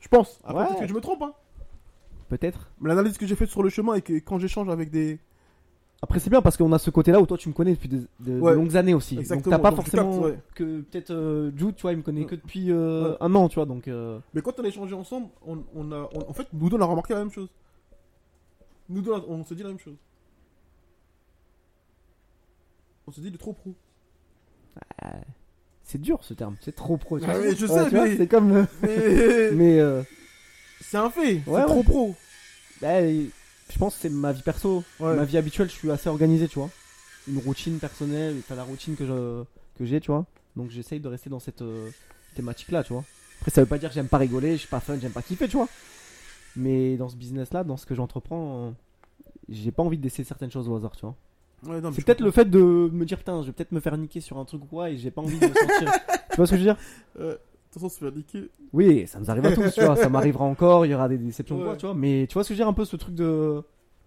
Je pense. Après,
Ouais.
peut-être que je me trompe, hein.
Peut-être.
Mais l'analyse que j'ai faite sur le chemin et que quand j'échange avec des.
Après, c'est bien parce qu'on a ce côté-là où toi, tu me connais depuis des, de, de
Ouais.
longues années aussi. Donc,
Exactement.
t'as pas
Donc, tu
forcément.
captes, ouais.
Que peut-être euh, Jude, tu vois, il me connaît que depuis euh,
Ouais.
un an, tu vois. Donc, euh,
Mais quand on a échangé ensemble, on, on a, on- en fait, nous deux, on a remarqué la même chose. Nous deux, on se dit la même chose. On se dit, il est
*laughs*
trop pro.
c'est dur ce terme. C'est trop pro. tu vois.
Ah ouais, je
Ouais,
sais,
tu vois,
mais-
C'est comme.
*laughs*
euh,
Mais
mais. euh,
c'est un fait, c'est
Ouais,
trop
ouais.
pro.
Bah, et je pense que c'est ma vie perso.
Ouais.
Ma vie habituelle, je suis assez organisé, tu vois. Une routine personnelle, enfin la routine que je que j'ai, tu vois. Donc j'essaye de rester dans cette euh, thématique-là, tu vois. Après, ça veut pas dire que j'aime pas rigoler, je suis pas fun, j'aime pas kiffer, tu vois. Mais dans ce business-là, dans ce que j'entreprends, euh, j'ai pas envie de laisser certaines choses au hasard, tu vois.
Ouais, non, mais
C'est
je
peut-être le fait de me dire, putain, je vais peut-être me faire niquer sur un truc ou quoi, et j'ai pas envie de me sentir.
*laughs*
tu vois ce que je veux dire
comprends. Ouais, Euh, De toute façon, on se fait niquer.
Oui, ça nous arrive à tous, tu vois. Ça m'arrivera encore, il y aura des déceptions ou quoi,
Ouais.
tu vois. Mais tu vois ce que je veux dire un peu ce truc de.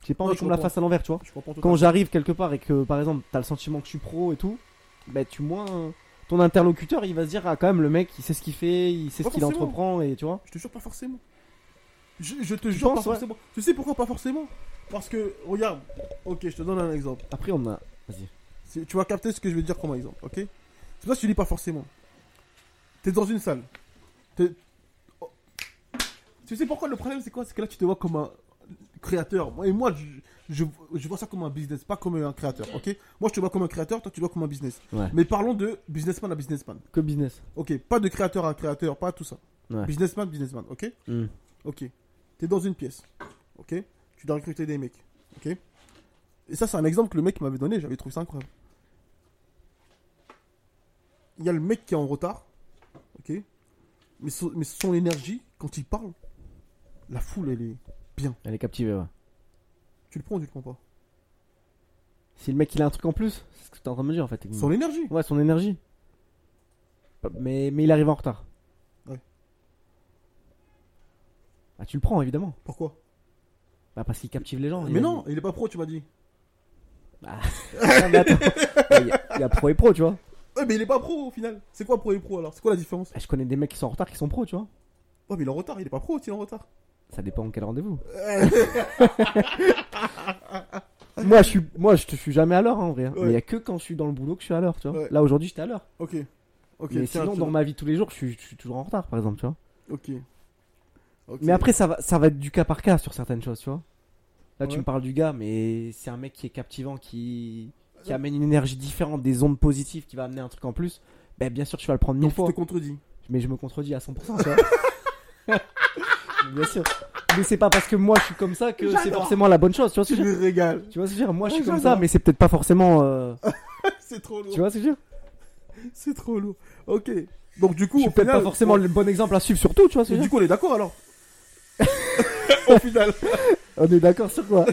J'ai pas
Ouais,
envie
je
qu'on me la
comprends.
fasse à l'envers, tu vois.
Je comprends tout
Quand j'arrive quelque part et que par exemple t'as le sentiment que je suis pro et tout, bah tu moins. Ton interlocuteur il va se dire ah quand même le mec il sait ce qu'il fait, il sait ce
Pas
qu'il
forcément.
entreprend et tu vois.
Je te jure pas forcément. Je, je te jure
penses,
pas
ouais.
forcément. Tu sais pourquoi pas forcément Parce que, regarde, ok, je te donne un exemple.
Après on a. Vas-y.
C'est- Tu vas capter ce que je veux dire comme exemple, ok C'est pour ça que je te dis pas forcément. T'es dans une salle. T'es- Oh. Tu sais pourquoi le problème c'est quoi C'est que là tu te vois comme un créateur. Moi- Et moi je, je, je vois ça comme un business, pas comme un créateur, ok Moi je te vois comme un créateur, toi tu te vois comme un business.
Ouais.
Mais parlons de businessman à businessman.
Que business.
Ok, pas de créateur à créateur, pas tout ça.
Ouais.
Businessman, businessman, ok
Mm.
Ok. T'es dans une pièce. Ok. Tu dois recruter des mecs. Ok. Et ça, c'est un exemple que le mec m'avait donné. J'avais trouvé ça incroyable. Il y a le mec qui est en retard. Ok. Mais son, mais son énergie, quand il parle, la foule, elle est.
Elle est captivée ouais.
Tu le prends ou tu le prends pas
Si le mec il a un truc en plus, c'est ce que t'es en train de me dire en fait. techniquement.
Son énergie.
Ouais son énergie. Mais, mais il arrive en retard.
Ouais.
Ah tu le prends évidemment.
Pourquoi
Bah parce qu'il captive les gens. il
Mais
a-
non, il est pas pro, tu m'as dit.
Ah, *laughs* mais attends. Il y, a- il y a pro et pro tu vois.
Ouais, mais il est pas pro au final. C'est quoi pro et pro alors C'est quoi la différence
Ah, Je connais des mecs qui sont en retard qui sont pro tu vois.
Ouais, mais il est en retard. Il est pas pro, il est en retard.
Ça dépend en quel rendez-vous. *laughs* moi, je suis, moi, je te suis jamais à l'heure hein, en vrai. hein. Mais il y a que quand je suis dans le boulot que je suis à l'heure, tu vois.
Ouais.
Là aujourd'hui, j'étais à l'heure.
Ok. Ok.
mais
tiens,
sinon,
tiens.
dans ma vie tous les jours, je suis, je suis toujours en retard, par exemple, tu vois.
Ok. Ok.
Mais après, ça va, ça va être du cas par cas sur certaines choses, tu vois. Là, tu
Ouais.
me parles du gars, mais c'est un mec qui est captivant, qui, qui amène une énergie différente, des ondes positives, qui va amener un truc en plus. Ben, bien sûr, tu vas le prendre mille
donc tu
fois.
te contredis.
Mais je me contredis à 100%, tu vois. *laughs* Mais bien sûr. Mais c'est pas parce que moi je suis comme ça que c'est
J'adore.
forcément la bonne chose, tu vois ce que
Tu
je veux dire
me régales.
Tu vois ce que je veux dire Moi je
Ouais,
suis comme
j'adore.
ça, mais c'est peut-être pas forcément. euh,
*laughs* C'est trop lourd.
Tu vois ce que je veux dire
C'est trop lourd. Ok. Donc du coup,
Je suis
au
peut-être
final,
pas forcément
on-
le bon exemple à suivre sur tout, tu vois ce que je veux
Du
dire
coup, on est
*laughs*
d'accord alors. au final,
On est d'accord sur
*laughs*
quoi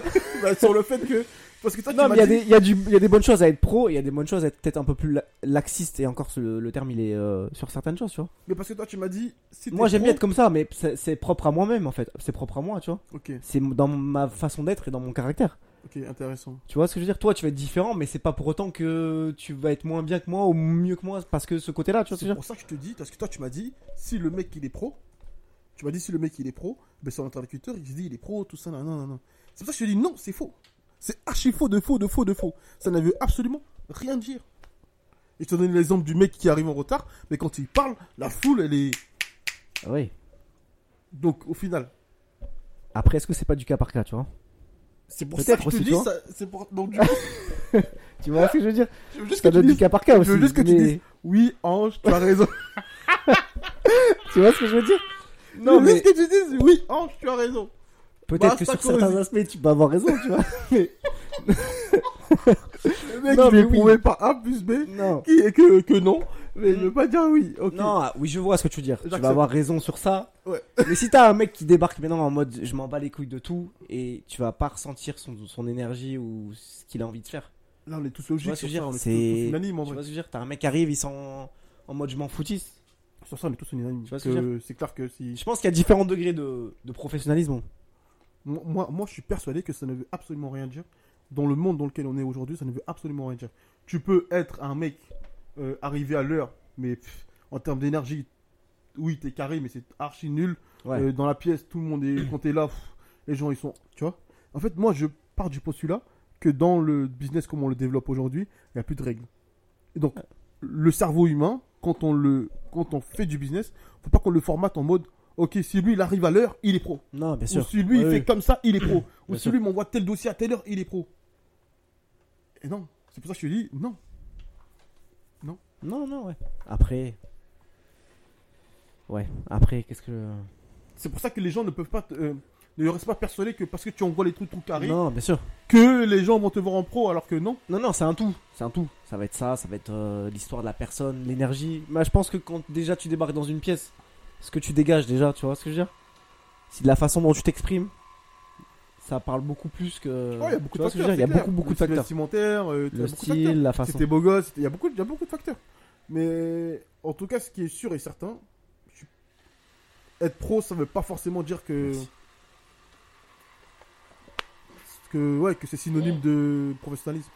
Bah, sur le fait que parce que toi,
Non, mais
tu
il y,
m'as
a
dit.
des- il y, a du- il y a des bonnes choses à être pro, et il y a des bonnes choses à être peut-être un peu plus la- laxiste, et encore ce- le terme il est euh, sur certaines choses, tu vois.
Mais parce que toi, tu m'as dit. Si t'es
Moi j'aime
pro-
bien être comme ça, mais c'est c'est propre à moi-même en fait. C'est propre à moi, tu vois.
Ok.
C'est dans ma façon d'être et dans mon caractère.
Ok, intéressant.
Tu vois ce que je veux dire Toi, tu vas être différent, mais c'est pas pour autant que tu vas être moins bien que moi ou mieux que moi parce que ce côté-là, tu vois ce que je
C'est
veux dire
pour ça que je te dis parce que toi, tu m'as dit si le mec il est pro, tu m'as dit si le mec il est pro, ben son interlocuteur il se dit il est pro, tout ça, non, non, non, non. C'est pour ça que je te dis non, c'est faux. C'est archi faux, de faux, de faux, de faux. Ça ne veut absolument rien dire. Et je te donne l'exemple du mec qui arrive en retard, mais quand il parle, la foule elle est.
Oui.
Donc au final,
Après, est-ce que c'est pas du cas par cas, tu vois
c'est pour
Peut-être
ça que je te
aussi, hein. tu vois.
dis ça. C'est pour. Donc du coup,
Tu vois ce que je veux dire
je veux juste que
Ça doit être
tu
du
dises.
cas par cas aussi.
Je veux juste que tu
mais-
dises. Oui, Ange, tu as raison.
Tu vois ce que je veux dire
non,
*laughs* Non,
mais...
mais-
juste que tu dises. Oui, Ange, tu as raison.
Peut-être
Bah,
que
ça
sur
cause.
certains aspects, tu peux avoir raison,
*laughs*
tu vois.
Le mec,
Non,
il est
mais oui.
prouvé par A plus B.
Non.
qui et que, que non, mais je
Mm.
veux pas dire oui. Ok.
Non, ah, oui, je vois ce que tu veux dire. Tu
J'accepte.
vas avoir raison sur ça.
Ouais.
*laughs* Mais si t'as un mec qui débarque maintenant en mode je m'en bats les couilles de tout et tu vas pas ressentir son, son énergie ou ce qu'il a envie de faire.
Là, on est tous
Tu vois
logiques
ce que
sur
je veux
ça,
dire
on est tous,
C'est-
tous unanimes en
Tu
vrai.
vois ce que je veux dire T'as un mec qui arrive, ils sont en mode je m'en foutisse.
Sur ça, on est tous unanimes.
Tu vois ce que je
Que
veux
C'est clair que si.
Je pense qu'il y a différents degrés de, de professionnalisme.
Moi, moi, moi, je suis persuadé que ça ne veut absolument rien dire. Dans le monde dans lequel on est aujourd'hui, ça ne veut absolument rien dire. Tu peux être un mec euh, arrivé à l'heure, mais pff, en termes d'énergie, oui, t'es carré, mais c'est archi nul.
Ouais.
Euh, dans la pièce, tout le monde est. Quand t'es là, pff, les gens, ils sont. Tu vois En fait, moi, je pars du postulat que dans le business comme on le développe aujourd'hui, il n'y a plus de règles. Et donc, le cerveau humain, quand on, le, quand on fait du business, faut pas qu'on le formate en mode Ok, si lui, il arrive à l'heure, il est pro.
Non, bien
Ou
sûr.
si lui, il
Ouais,
fait
ouais.
comme ça, il est pro. Ou
Bien
si
sûr.
lui m'envoie tel dossier à telle heure, il est pro. Et non, c'est pour ça que je te dis non.
Non, non, ouais. Après. Ouais, après, qu'est-ce que.
C'est pour ça que les gens ne peuvent pas. te- euh, ne restent pas persuadés que parce que tu envoies les trucs tout carrés,
Non, bien sûr.
que les gens vont te voir en pro alors que non.
Non, non, c'est un tout. C'est un tout. Ça va être ça, ça va être euh, l'histoire de la personne, l'énergie. Bah, je pense que quand déjà tu débarques dans une pièce ce que tu dégages déjà, tu vois ce que je veux dire Si de la façon dont tu t'exprimes, ça parle beaucoup plus que.
Ouais, il y a beaucoup
Euh, tu vois ce
de
que je
facteurs.
veux dire Il y a
c'est clair.
beaucoup, beaucoup de
Le style
facteurs.
vestimentaire, euh, il y
Le
a beaucoup de facteurs.
style, la façon.
C'était beau gosse, il y a beaucoup, il y a beaucoup de facteurs. Mais en tout cas, ce qui est sûr et certain, je- être pro, ça veut pas forcément dire que
Merci.
que ouais que c'est synonyme de professionnalisme.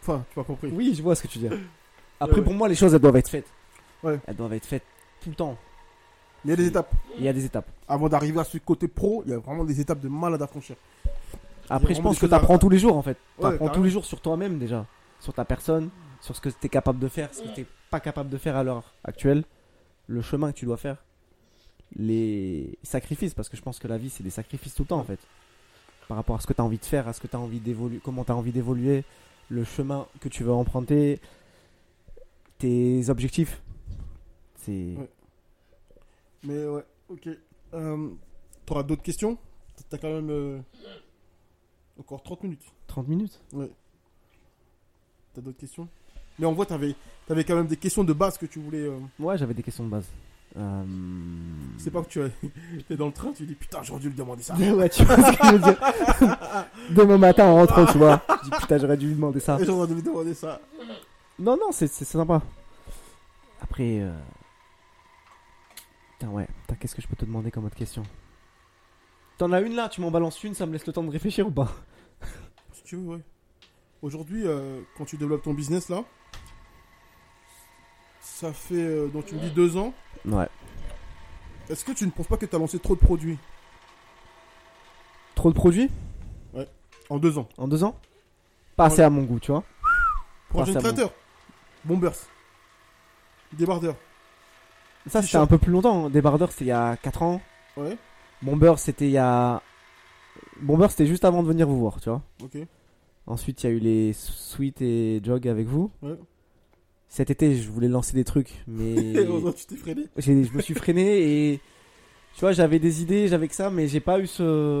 Enfin, tu m'as compris.
Oui, je vois ce que tu
*laughs*
dis. Après,
ouais.
pour moi, les choses, elles doivent être faites.
Ouais.
Elles doivent être faites tout le temps.
Il y a des étapes.
Il y a des étapes.
Avant d'arriver à ce côté pro, il y a vraiment des étapes de malade à franchir.
Après, je
vraiment
pense
des
que
choses à-
t'apprends tous les jours, en fait.
Ouais,
T'apprends tous
carrément.
les jours sur toi-même, déjà. Sur ta personne, sur ce que t'es capable de faire, ce que t'es pas capable de faire à l'heure actuelle. Le chemin que tu dois faire. Les sacrifices, parce que je pense que la vie, c'est des sacrifices tout le temps, en fait. Par rapport à ce que t'as envie de faire, à ce que t'as envie d'évoluer, comment t'as envie d'évoluer, le chemin que tu veux emprunter, tes objectifs. C'est.
Ouais. Mais ouais, ok. Euh, T'auras d'autres questions T'as quand même euh, encore 30 minutes.
30 minutes
Ouais. T'as d'autres questions Mais en vrai, t'avais, t'avais quand même des questions de base que tu voulais. euh,
Ouais, j'avais des questions de base. Euh...
C'est pas que tu as- *laughs* t'es dans le train, tu dis putain, j'aurais dû le demander
*laughs*
ça.
ouais, tu vois ce que je veux dire. *laughs* Demain matin en rentrant, tu vois. Je dis putain, j'aurais dû lui demander ça.
Et *laughs* J'aurais dû lui demander ça.
Non, non, c'est c'est sympa. Après. euh, Putain, ouais. Putain, qu'est-ce que je peux te demander comme autre question T'en as une là, tu m'en balances une, ça me laisse le temps de réfléchir ou pas
Si tu veux, ouais. Aujourd'hui, euh, quand tu développes ton business là, ça fait, euh, donc tu me dis deux ans.
Ouais.
Est-ce que tu ne penses pas que t'as lancé trop de produits
Trop de produits
en deux ans
en deux ans Pas assez à mon goût, tu vois.
Projet
Pas Ah, ça, bon.
créateur, bombers, débardeur,
Ça, c'était
T-shirt.
un peu plus longtemps. hein. Débardeur, c'était il y a 4 ans.
ouais,
Bomber, c'était il y a. Bomber, c'était juste avant de venir vous voir, tu vois.
ok,
Ensuite, il y a eu les Sweet et Jog avec vous.
ouais.
Cet été, je voulais lancer des trucs, mais
*laughs* Heureusement, tu t'es freiné.
j'ai- je me suis freiné et tu vois, j'avais des idées, j'avais que ça, mais j'ai pas eu ce.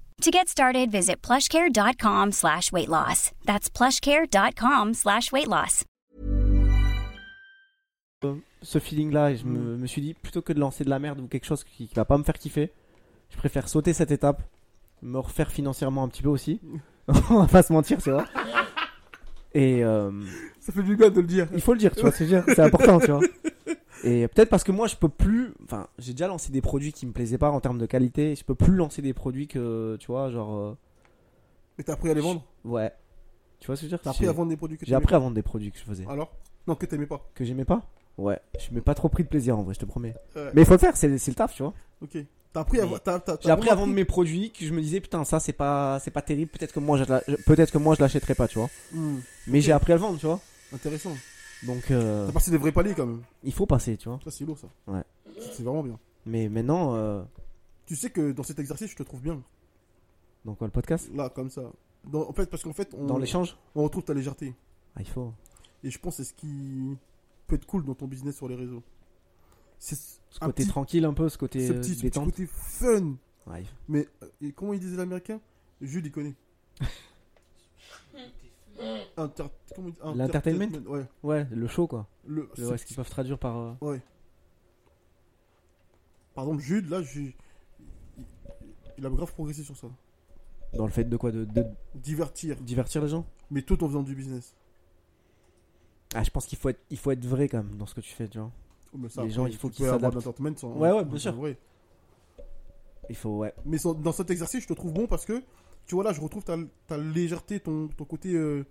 To get started, visit plushcare.com slash weight loss. That's plushcare.com slash weight loss.
ce feeling là et je me, me suis dit plutôt que de lancer de la merde ou quelque chose qui, qui va pas me faire kiffer je préfère sauter cette étape me refaire financièrement un petit peu aussi *laughs* on va pas se mentir c'est vrai et euh,
Ça fait du bien de le dire.
il faut le dire tu vois ce que je veux dire, c'est important tu vois et peut-être parce que moi je peux plus enfin j'ai déjà lancé des produits qui me plaisaient pas en termes de qualité et je peux plus lancer des produits que tu vois genre euh,
Mais t'as appris à les vendre
ouais tu vois ce que je veux dire
T'as appris
J'ai-
à vendre des produits que
j'ai
t'aimais Ah.
appris à vendre des produits que je faisais
pas. Alors Non, que t'aimais pas.
que j'aimais pas ouais je m'ai pas trop pris de plaisir en vrai je te promets
Ouais. Bah,
mais il faut le faire c'est c'est le taf tu vois
Ok. T'as appris à
Mais-
vendre. t'as- t'as- t'as
J'ai appris à
vraiment
vendre mes produits que je me disais putain ça c'est pas c'est pas terrible peut-être que moi je la- je- peut-être que moi je l'achèterais pas tu vois
Hmm,
mais j'ai appris à le vendre tu vois
Intéressant.
donc euh,
T'as passé des vrais paliers quand même.
il faut passer tu vois
Ça, c'est lourd ça.
Ouais.
C'est c'est vraiment bien.
mais maintenant euh,
Tu sais que dans cet exercice, je te trouve bien.
dans quoi le podcast
Là, comme ça. Dans- en fait, parce qu'en fait, on,
dans l'échange
on retrouve ta légèreté.
ah il faut
Et je pense que c'est ce qui peut être cool dans ton business sur les réseaux. C'est
ce
un
côté
petit-
tranquille un peu ce côté
ce
euh,
petit, ce petit
détente
côté fun.
Ouais, il faut-
Mais euh, et comment il disait l'américain Jules, il connaît. Inter- comment il dit
L'entertainment
Entertainment, Ouais.
ouais le show quoi
Le,
le, ouais, ce qu'ils peuvent traduire par euh,
Ouais. Par exemple, Jude, là, Ju- il- il a grave progressé sur ça.
dans le fait de quoi de, de
Divertir,
divertir les gens
mais tout en faisant du business.
ah je pense qu'il faut être il faut être vrai quand même dans ce que tu fais tu vois
Oh, mais ça,
Les
après,
gens, il
tu
faut
peux
qu'ils
avoir de
s'adaptent.
l'entertainment sans-
Ouais, ouais,
sans
bien sûr.
vrai.
il faut, ouais.
Mais so- dans cet exercice, je te trouve bon parce que, tu vois, là, je retrouve ta, ta légèreté, ton, ton côté. euh,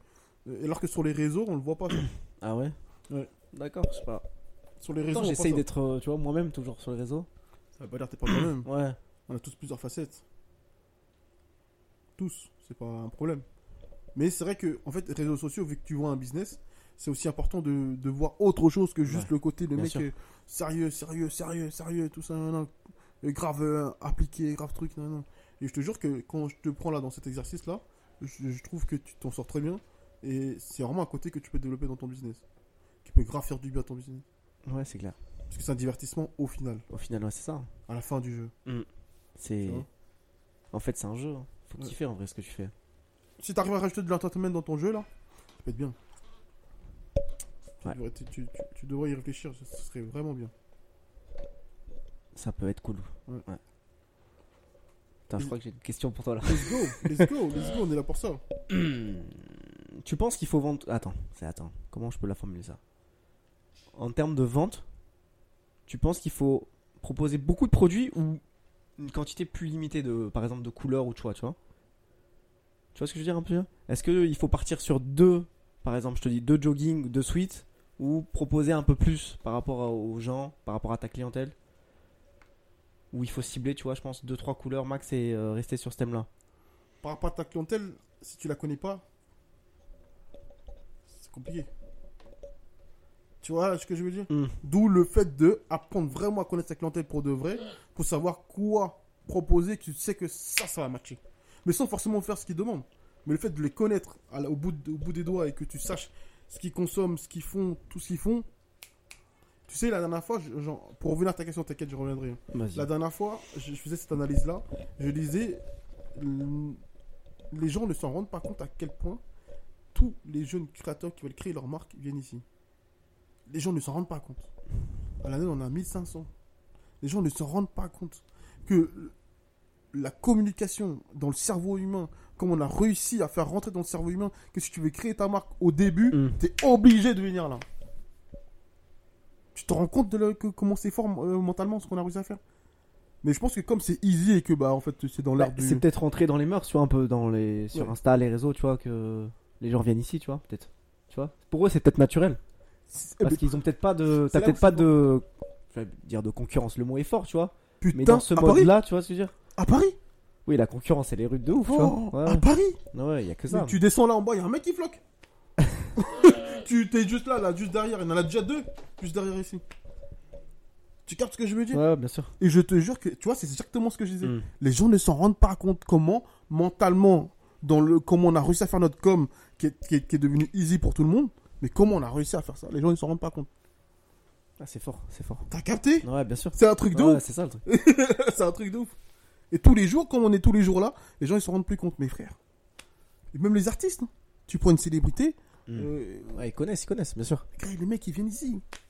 euh, alors que sur les réseaux, on le voit pas. ça.
Ah ouais
Ouais.
D'accord, je sais pas.
sur les réseaux,
Pourtant,
on voit
j'essaye
pas
d'être, euh, tu vois, moi-même toujours sur les réseaux.
ça. Ça veut pas dire que t'es pas toi-même.
Ouais.
On a tous plusieurs facettes. Tous, c'est pas un problème. Mais c'est vrai que, en fait, réseaux sociaux, vu que tu vois un business, c'est aussi important de, de voir autre chose que juste
Ouais,
le côté le
bien
mec
sûr.
euh, sérieux, sérieux, sérieux, sérieux, tout ça, nan, nan, euh, grave euh, appliqué, grave truc, nan, nan. Et je te jure que quand je te prends là dans cet exercice là, je, je trouve que tu t'en sors très bien et c'est vraiment un côté que tu peux développer dans ton business. Qui peut grave faire du bien à ton business.
Ouais, c'est clair.
Parce que c'est un divertissement au final,
Au final, ouais, c'est ça. hein.
à la fin du jeu.
C'est.
Tu vois.
En fait, c'est un jeu. hein. Faut
Ouais.
kiffer en vrai ce que tu fais.
Si t'arrives à rajouter de l'entertainment dans ton jeu là, ça peut être bien. Tu,
Ouais.
devrais, tu, tu- tu- tu devrais y réfléchir, ce ce serait vraiment bien.
Ça peut être cool.
Ouais.
Putain, je crois que j'ai une question pour toi là.
Let's go, let's go, let's go, on est là pour ça.
tu penses qu'il faut vendre. Attends, c'est attends. Comment je peux la formuler ça En termes de vente, tu penses qu'il faut proposer beaucoup de produits ou une quantité plus limitée de, par exemple, de couleurs ou de choix, tu vois Tu vois ce que je veux dire un peu Est-ce qu'il faut partir sur deux, par exemple, je te dis deux jogging, deux suites, ou proposer un peu plus par rapport à- aux gens, par rapport à ta clientèle Ou il faut cibler, tu vois, je pense, deux trois couleurs max et euh, rester sur ce thème-là
Par rapport à ta clientèle, si tu la connais pas, c'est compliqué. Tu vois ce que je veux dire
Mm.
D'où le fait de apprendre vraiment à connaître sa clientèle pour de vrai, pour savoir quoi proposer, que tu sais que ça, ça va matcher. Mais sans forcément faire ce qu'ils demandent. Mais le fait de les connaître à la- au, bout de- au bout des doigts et que tu saches ce qu'ils consomment, ce qu'ils font, tout ce qu'ils font. Tu sais, la dernière fois, je- genre, pour revenir à ta question, t'inquiète, je reviendrai.
Vas-y.
La dernière fois, je, je faisais cette analyse-là. Je disais, l- les gens ne s'en rendent pas compte à quel point tous les jeunes créateurs qui veulent créer leur marque viennent ici. Les gens ne s'en rendent pas compte. À l'année, on a 1500. Les gens ne s'en rendent pas compte que la communication dans le cerveau humain, comme on a réussi à faire rentrer dans le cerveau humain, que si tu veux créer ta marque au début,
Mm.
t'es obligé de venir là. Tu te rends compte de le- que- comment c'est fort euh, mentalement ce qu'on a réussi à faire Mais je pense que comme c'est easy et que bah en fait c'est dans
Bah,
l'art
C'est
du...
peut-être rentré dans les mœurs, tu vois, un peu dans les... sur
Ouais.
Insta, les réseaux, tu vois, que les gens viennent ici, tu vois, peut-être. Tu vois Pour eux, c'est peut-être naturel.
C'est- eh
Parce
ben,
qu'ils ont peut-être pas de.
c'est
T'as
là
peut-être
où
pas
c'est
de. Je vais dire de concurrence, le mot est fort, tu vois.
Putain,
Mais dans ce
à Paris
mode-là, tu vois ce que je veux dire
À Paris
Oui, la concurrence, elle est rude de ouf,
Oh,
tu vois. Ouais,
À Paris
ouais, ouais, y a que ça.
Mais Tu descends là en bas, il y a un mec qui floque. tu t'es juste là, là, juste derrière. Il y en a déjà deux, juste derrière ici. Tu captes ce que je veux dire
Ouais, bien sûr.
Et je te jure que, tu vois, c'est exactement ce que je disais.
Mm.
Les gens ne s'en rendent pas compte comment, mentalement, dans le, comment on a réussi à faire notre com, qui est, qui est, qui est devenu easy pour tout le monde, mais comment on a réussi à faire ça Les gens ne s'en rendent pas compte.
Ah, c'est fort, c'est fort.
T'as capté
Ouais, bien sûr.
C'est un truc de
Ouais,
ouf.
c'est ça le truc.
*laughs* c'est un truc de ouf. Et tous les jours, comme on est tous les jours là, les gens ils s'en rendent plus compte, mes frères. Et même les artistes. hein. Tu prends une célébrité,
Mm.
euh,
Ouais, ils connaissent, ils connaissent, bien sûr.
gars, les mecs ils viennent ici. En fait,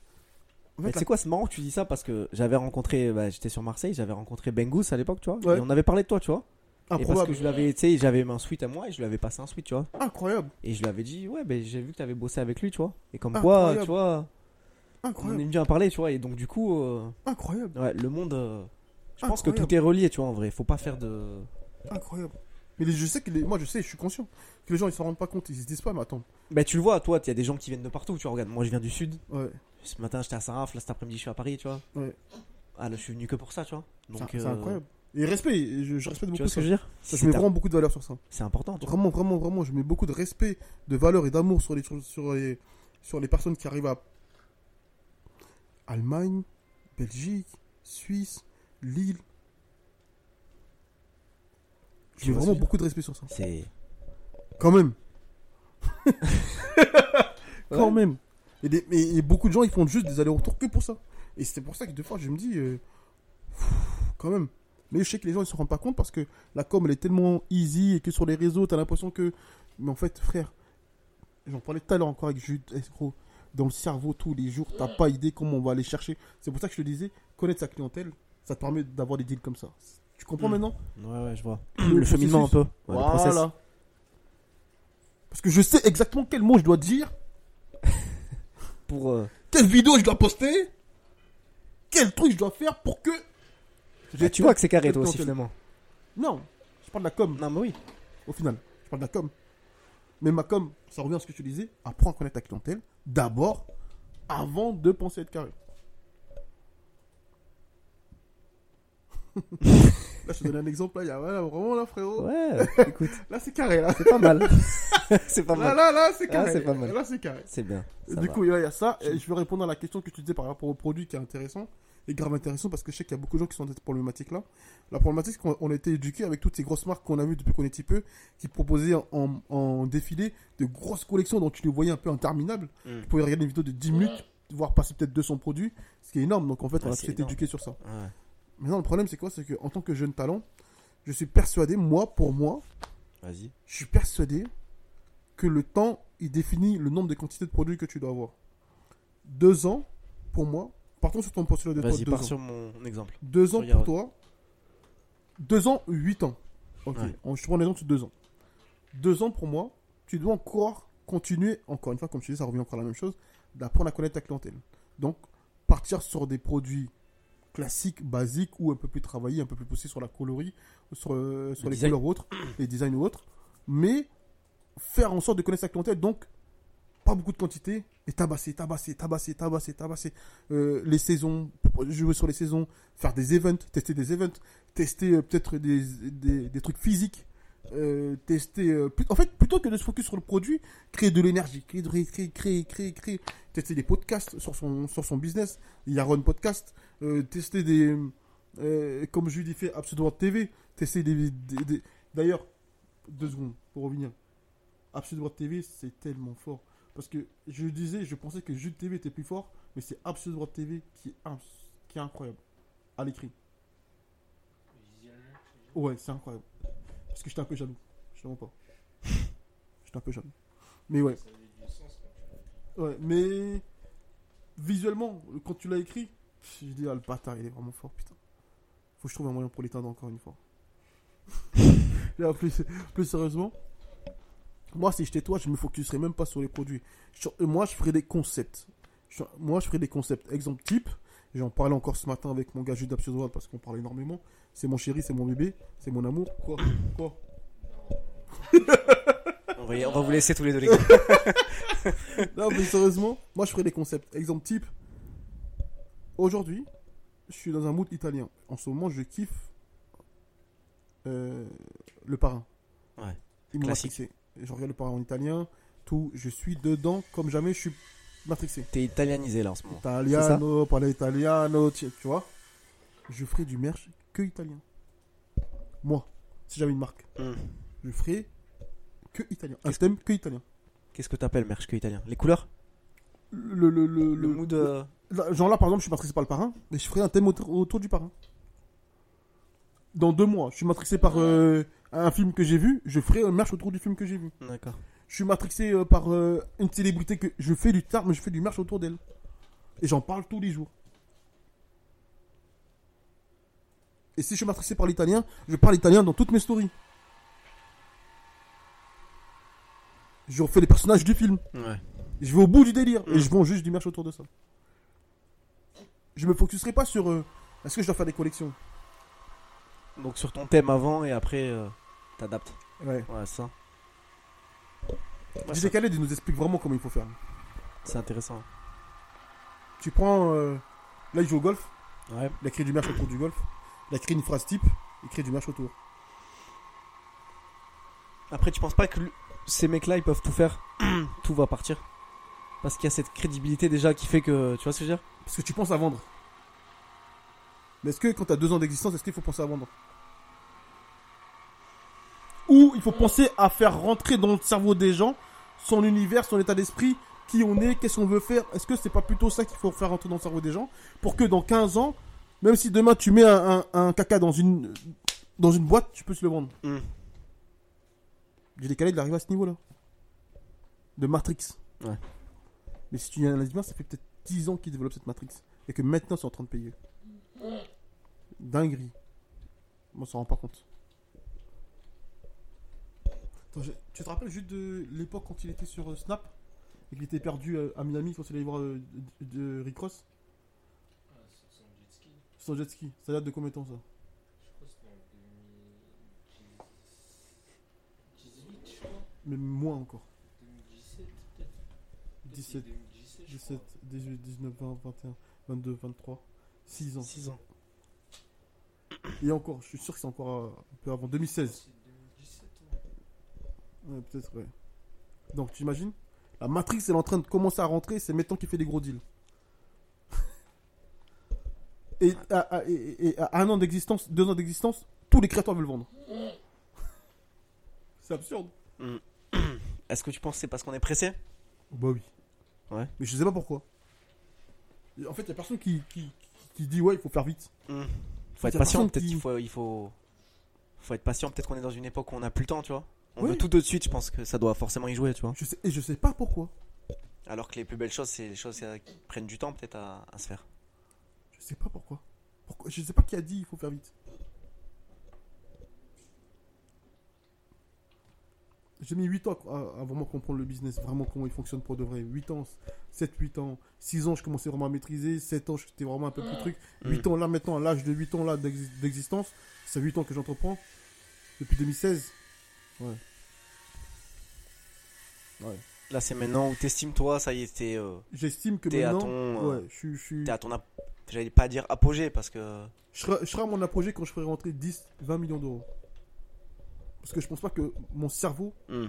Mais
la-
c'est quoi, c'est marrant que tu dis ça parce que j'avais rencontré, bah, j'étais sur Marseille, j'avais rencontré Bengus à l'époque, tu vois.
Ouais.
Et on avait parlé de toi, tu vois. Et parce que
improbable.
je l'avais, tu sais, j'avais un suite à moi et je lui avais passé un suite, tu vois.
Incroyable.
Et je lui avais dit, ouais, ben j'ai vu que t'avais bossé avec lui, tu vois. Et comme
Incroyable.
quoi, tu vois, on
Incroyable.
est bien parler, tu vois. Et donc, du coup, euh,
Incroyable.
ouais, le monde. euh, je pense que
Incroyable.
tout est relié, tu vois, en vrai. Faut pas faire de.
Incroyable. Mais les- je sais que les- moi je sais, je suis conscient que les gens ils s'en rendent pas compte, ils se disent pas, mais attends.
Bah, tu le vois, toi, il y a des gens qui viennent de partout, tu vois. Regarde, moi, je viens du sud.
Ouais.
Ce matin, j'étais à Saint-Raph, là, cet après-midi, je suis à Paris, tu vois.
Ouais.
Ah, là, je suis venu que pour ça, tu vois.
C'est
Donc,
c'est
euh,
incroyable. Et respect, je, je respecte
Tu
beaucoup
vois ce
ça.
que je veux dire C'est
Ça, je mets
un-
vraiment beaucoup de valeur sur ça.
C'est important, tu vois.
Vraiment, vraiment, vraiment, je mets beaucoup de respect, de valeur et d'amour sur les, sur- sur les, sur les personnes qui arrivent à Allemagne, Belgique, Suisse, Lille.
Tu
Je mets
vois ce que
vraiment
je veux
beaucoup de respect sur ça.
C'est.
Quand même. *laughs* Quand même. Et, des- et- et beaucoup de gens, ils font juste des allers-retours que pour ça. Et c'est pour ça que des fois, je me dis, euh, pff, quand même. Mais je sais que les gens, ils se rendent pas compte parce que la com, elle est tellement easy et que sur les réseaux, t'as l'impression que. Mais en fait, frère, j'en parlais tout à l'heure encore avec Jude, eh, gros, dans le cerveau tous les jours, t'as pas idée comment on va aller chercher. C'est pour ça que je te disais, connaître sa clientèle, ça te permet d'avoir des deals comme ça. Tu comprends
Mm.
maintenant
Ouais, ouais, je vois.
Le
Le, cheminement un peu.
processus.
Ouais, le process.
Voilà. Parce que je sais exactement quel mot je dois dire,
Pour. euh,
quelle vidéo je dois poster, quel truc je dois faire pour que J'ai
Ah, tu
tué-
vois que c'est carré
j'ai
toi
tué
aussi
Antoine.
finalement.
Non, je parle de la com,
Non mais oui.
au final. Je parle de la com. Mais ma com, ça revient à ce que tu disais. Apprends à connaître ta clientèle d'abord, avant de penser
*laughs*
être carré. là, je te donne un exemple. Là, il y a voilà, vraiment là, frérot.
Ouais, écoute,
Là, c'est carré. Là,
c'est pas mal. c'est pas
là,
mal.
là, là, c'est
Ah,
carré.
c'est pas mal.
Là, c'est carré.
C'est bien.
Et
ça
du
va.
coup, il y a- il y a ça. Et je vais répondre à la question que tu disais par rapport au produit qui est intéressant. Et grave intéressant parce que je sais qu'il y a beaucoup de gens qui sont dans cette problématique-là. La problématique, c'est qu'on on a été éduqués avec toutes ces grosses marques qu'on a vues depuis qu'on est petit peu, qui proposaient en, en défilé de grosses collections dont tu les voyais un peu interminables.
Mm.
Tu pouvais regarder une vidéo de 10 minutes, voir passer peut-être 200 produits, ce qui est énorme. Donc en fait, on
Ouais,
a
c'est
tous été
énorme.
éduqués sur ça.
Ouais.
Maintenant, le problème, c'est quoi C'est qu'en tant que jeune talent, je suis persuadé, moi, pour moi,
Vas-y.
je suis persuadé que le temps, il définit le nombre de quantités de produits que tu dois avoir. Deux ans, pour moi, partons sur ton postulat de toi,
Vas-y,
deux
pars
ans.
sur mon exemple.
Deux ans
sur Yaron.
pour toi. Deux ans, huit ans. Ok,
Ouais.
on- je te prends un exemple sur deux ans. Deux ans, pour moi, tu dois encore continuer, encore une fois, comme je te dis, ça revient encore à la même chose, d'apprendre à connaître ta clientèle. Donc, partir sur des produits classiques, basiques, ou un peu plus travaillés, un peu plus poussés sur la colorie, sur, euh, sur
Le
les
design.
couleurs ou autres, les designs ou autres, mais faire en sorte de connaître sa clientèle, donc pas beaucoup de quantité, et tabasser, tabasser, tabasser, tabasser, tabasser, Euh, les saisons, jouer sur les saisons, faire des events, tester des events, tester euh, peut-être des, des, des trucs physiques, euh, tester... euh, plus- en fait, plutôt que de se focus sur le produit, créer de l'énergie, créer, créer, créer, créer, créer, créer, tester des podcasts sur son, sur son business, Yaron Podcast, euh, tester des... euh, comme je lui ai fait, Absolument TV, tester des... des- des- D'ailleurs, deux secondes pour revenir. Absolute Droite TV, c'est tellement fort. Parce que je disais, je pensais que Jude TV était plus fort, mais c'est Absolute Droite TV qui est, ins- qui est incroyable. À l'écrit. Ouais, c'est incroyable. Parce que j'étais un peu jaloux. Je te mens pas. *laughs* J'étais un peu jaloux. Mais ouais. Ouais, mais visuellement, quand tu l'as écrit, pff, j'ai dit, ah le bâtard, il est vraiment fort, putain. Faut que je trouve un moyen pour l'éteindre encore une fois. *laughs* Là, plus, plus sérieusement, moi, si j'étais toi, je me focuserais même pas sur les produits. Je- moi, je ferais des concepts. Je- moi, je ferais des concepts. Exemple type, j'en parlais encore ce matin avec mon gars Jude Absurd World parce qu'on parle énormément. C'est mon chéri, c'est mon bébé, c'est mon amour. Quoi Quoi
On va, y- on va vous laisser tous les deux, les gars.
Non, mais sérieusement, moi je ferai des concepts. Exemple type, aujourd'hui, je suis dans un mood italien. En ce moment, je kiffe euh, le parrain.
Ouais,
Il m'a
classique.
matrixé. Je regarde le parrain en italien, tout. Je suis dedans comme jamais, je suis matrixé.
T'es italianisé là en ce moment.
Italiano, parler italiano, tu, tu vois. Je ferai du merch que italien. Moi, si j'avais une marque,
Hmm.
je ferai que italien. Un thème que italien.
Qu'est-ce que t'appelles merch que italien Les couleurs
Le, le, le,
Le
le-
mood euh,
Là, Genre là, par exemple, je suis matrixé par le parrain, mais je ferai un thème autour, autour du parrain. Dans deux mois, je suis matrixé par euh, un film que j'ai vu, je ferai un merch autour du film que j'ai vu.
D'accord.
Je suis matrixé euh, par euh, une célébrité que je fais du tard, mais je fais du merch autour d'elle. Et j'en parle tous les jours. Et si je suis matrixé par l'italien, je parle italien dans toutes mes stories. Je refais les personnages du film.
Ouais.
Je vais au bout du délire et je vends juste du merch autour de ça. Je me focuserai pas sur euh, est-ce que je dois faire des collections.
Donc sur ton thème avant et après, euh, t'adaptes.
Ouais.
Ouais, ça. Ouais,
DJ
ça-
Khaled, il nous explique vraiment comment il faut faire.
C'est intéressant.
Tu prends. euh, là, il joue au golf,
Ouais.
il a créé du merch autour du golf, il a créé une phrase type, il crée du merch autour.
Après, tu penses pas que l- ces mecs-là, ils peuvent tout faire *clears throat* Tout va partir Parce qu'il y a cette crédibilité déjà qui fait que. Tu vois ce que je veux dire
Parce que tu penses à vendre. Mais est-ce que quand t'as deux ans d'existence, est-ce qu'il faut penser à vendre Ou il faut penser à faire rentrer dans le cerveau des gens son univers, son état d'esprit, qui on est, qu'est-ce qu'on veut faire Est-ce que c'est pas plutôt ça qu'il faut faire rentrer dans le cerveau des gens Pour que dans 15 ans, même si demain tu mets un, un- un caca dans une, dans une boîte, tu peux se le vendre.
Mm.
J'ai décalé de l'arrivée à ce niveau-là. De Matrix.
Ouais.
Mais si tu analyses bien, ça fait peut-être 10 ans qu'ils développent cette Matrix. Et que maintenant, ils sont en train de payer. Dinguerie. On s'en rend pas compte. Attends, je- Tu te rappelles juste de l'époque quand il était sur euh, Snap Et qu'il était perdu euh, à Miami quand il allait voir euh,
Ah,
de, de Rick Ross Son jet ski. Ça date de combien de temps ça mais moins encore.
2017 peut-être
17,
2017,
17, 18, 19, 20, 21, 22, 23, 6 ans.
6 ans.
Et encore, je suis sûr que c'est encore euh, un peu avant 2016.
C'est 2017.
Ouais, peut-être, ouais. Donc, tu imagines La Matrix, elle est en train de commencer à rentrer, c'est Metton qui fait des gros deals. et, à, à- et- et- et à un an d'existence, deux ans d'existence, tous les créateurs veulent vendre. c'est absurde.
Est-ce que tu penses que c'est parce qu'on est pressé
Bah oui.
Ouais.
Mais je sais pas pourquoi. Et En fait, y a personne qui, qui, qui dit ouais, il faut faire vite.
Faut
Y
être
a
patient,
personne
peut-être
qui-
qu'il faut, il faut. Faut être patient, peut-être qu'on est dans une époque où on a plus le temps, tu vois. On
Oui.
veut tout de suite, je pense que ça doit forcément y jouer, tu vois.
Je sais, et je sais pas pourquoi.
Alors que les plus belles choses, c'est les choses euh, qui prennent du temps, peut-être, à, à se faire.
Je sais pas pourquoi. pourquoi. Je sais pas qui a dit il faut faire vite. J'ai mis 8 ans à, à vraiment comprendre le business, vraiment comment il fonctionne pour de vrai. 8 ans, 7, 8 ans, 6 ans, je commençais vraiment à maîtriser. 7 ans, j'étais vraiment un peu plus truc.
Mm.
8 ans là, maintenant, à l'âge de 8 ans là d'ex- d'existence, c'est 8 ans que j'entreprends. Depuis 2016. Ouais. Ouais.
Là, c'est maintenant où t'estimes, toi, ça y est, t'es euh,
J'estime que
T'es à
maintenant.
ton, euh,
ouais, je suis- je suis.
t'es à ton. ap- J'allais pas dire apogée parce que.
Je serai, je serai à mon apogée quand je ferai rentrer 10, 20 millions d'euros. Parce que je pense pas que mon cerveau
Hmm.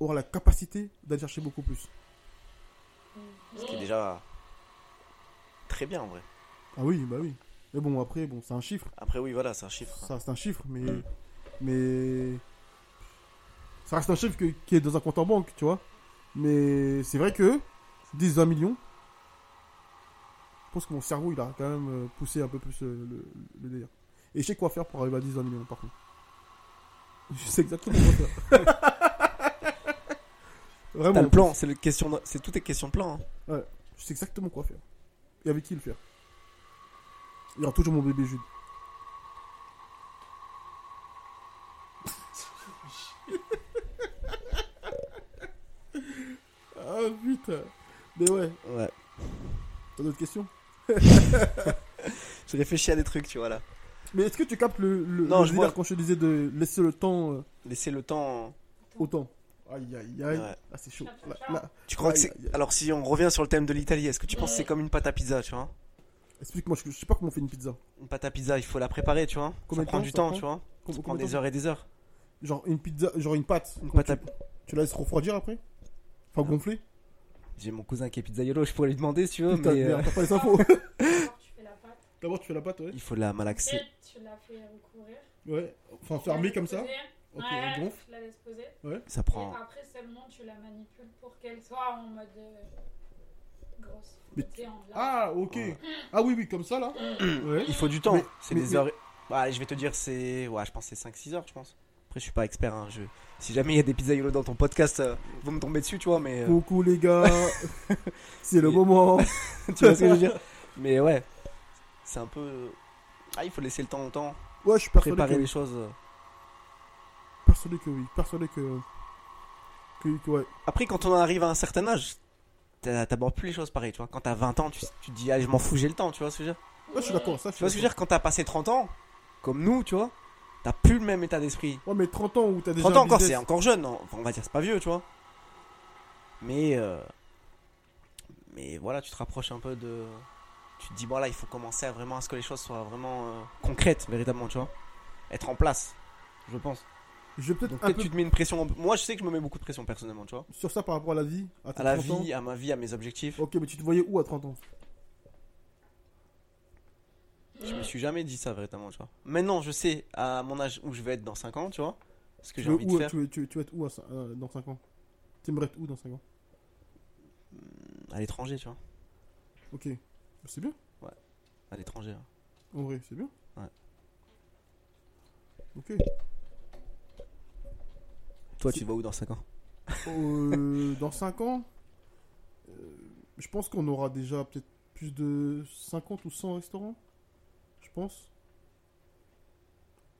aura la capacité d'aller chercher beaucoup plus.
Ce qui est déjà. Très bien, en vrai.
Ah oui, bah oui. Mais bon, après, bon, c'est un chiffre.
Après, oui, voilà, c'est un chiffre.
Ça reste un chiffre, mais. Mais. Ça reste un chiffre que- qui est dans un compte en banque, tu vois. Mais c'est vrai que 10, 20 millions. Je pense que mon cerveau, il a quand même euh, poussé un peu plus euh, le, le délire. Et je sais quoi faire pour arriver à 10, 20 millions, par contre. Je sais exactement quoi faire.
T'as
*laughs* Vraiment,
le plan, c'est le question de- c'est tout est question de plan. hein.
je sais exactement quoi faire. Et avec qui le faire. Il y aura toujours mon bébé Jude. *laughs* ah putain. Mais ouais,
Ouais.
t'as d'autres questions
Je réfléchis à des trucs, tu vois là.
Mais est-ce que tu captes le, le,
Non,
le
je
délire
vois.
quand je te disais de laisser le temps euh,
Laisser le temps.
au temps Aïe aïe aïe.
Ouais.
Ah c'est chaud. Là, là.
Tu crois
Aïe,
que c'est.
aïe, aïe.
Alors, si on revient sur le thème de l'Italie, est-ce que tu penses que c'est comme une pâte à pizza, tu vois
Explique-moi, je, je sais pas comment on fait une pizza.
Une pâte à pizza, il faut la préparer, tu vois.
Combien de
ça prend
temps,
du
ça
temps,
prend
tu vois. ça
Com-
prend
combien de
des
temps
heures et des heures.
Genre une pizza, genre une pâte.
Une
Quand
pâte à...
Tu la laisses refroidir après Enfin gonfler
J'ai mon cousin qui est pizzaïolo, je pourrais lui demander si tu veux,
Putain,
mais
merde,
euh,
t'as pas les infos.
*laughs* D'abord, tu fais la pâte,
D'abord, tu fais la pâte, ouais.
il faut la malaxer.
peut-être tu la fais recourir.
Ouais. Enfin,
Tu la
fermée
laisses
comme ça.
poser.
Ok,
ouais,
elle gonfle.
Tu la laisses poser.
Ça
Et
prend.
après seulement tu la manipules pour qu'elle soit en mode euh, grosse.
Mais
Tu sais, en large.
Ah, ok. Ah oui, oui, comme
*clears throat*
ça, là. ouais.
Il faut du temps.
Mais-
C'est
mais-
des
mais-
heures. et- Bah, je vais te dire, c'est. Ouais, je pense que c'est 5-6 heures, je pense. Après, je suis pas expert. Hein, je... Si jamais il y a des pizzaïolos dans ton podcast, euh, vous me tombez dessus, tu vois, mais. euh,
Coucou, les gars. C'est le
Il-
moment.
*laughs* tu vois ce que je veux *laughs* dire Mais ouais, c'est un peu. Ah, il faut laisser le temps au temps,
Ouais, je suis persuadé
préparer
que,
les choses. euh.
persuadé que oui. Persuadé que... que... que ouais.
Après, quand on en arrive à un certain âge, t'a- t'abordes plus les choses pareil, tu vois. Quand t'as 20 ans, tu, tu te dis, ah, je m'en fous, j'ai le temps, tu vois ce que je veux dire
Ouais, je suis d'accord, ça, je
Tu
suis
vois ce que je veux dire Quand
d'accord.
t'as passé 30 ans, comme nous, tu vois, t'as plus le même état d'esprit.
Ouais, mais 30 ans où t'as déjà
30 ans
un
encore, c'est
business-
encore jeune, non Enfin, on va dire, c'est pas vieux, tu vois. Mais. euh, Mais voilà, tu te rapproches un peu de. Tu te dis, bon, là, il faut commencer à vraiment à ce que les choses soient vraiment euh, concrètes, véritablement, tu vois. Être en place, je pense. hein.
Je vais
Donc
peut-être un
peut-être
peu...
tu te mets une pression. Moi, je sais que je me mets beaucoup de pression personnellement, tu vois.
Sur ça, par rapport à la vie, à tes
À la
30 ans.
vie, à ma vie, à mes objectifs.
Ok, mais tu te voyais où à 30 ans
Je me suis jamais dit ça véritablement, tu vois. Maintenant, je sais à mon âge où je vais être dans 5 ans, tu vois. Ce que
Tu
j'ai
veux
envie de
où,
faire.
tu, veux, tu, veux- tu veux être où à cin- euh, dans 5 ans T'aimerais être où dans 5 ans
À l'étranger, tu vois.
Ok. C'est bien.
À l'étranger. hein.
En vrai, c'est bien.
Ouais.
Ok.
Toi, tu vas où dans 5 ans
Euh, dans 5 ans, euh, je pense qu'on aura déjà peut-être plus de 50 ou 100 restaurants. Je pense.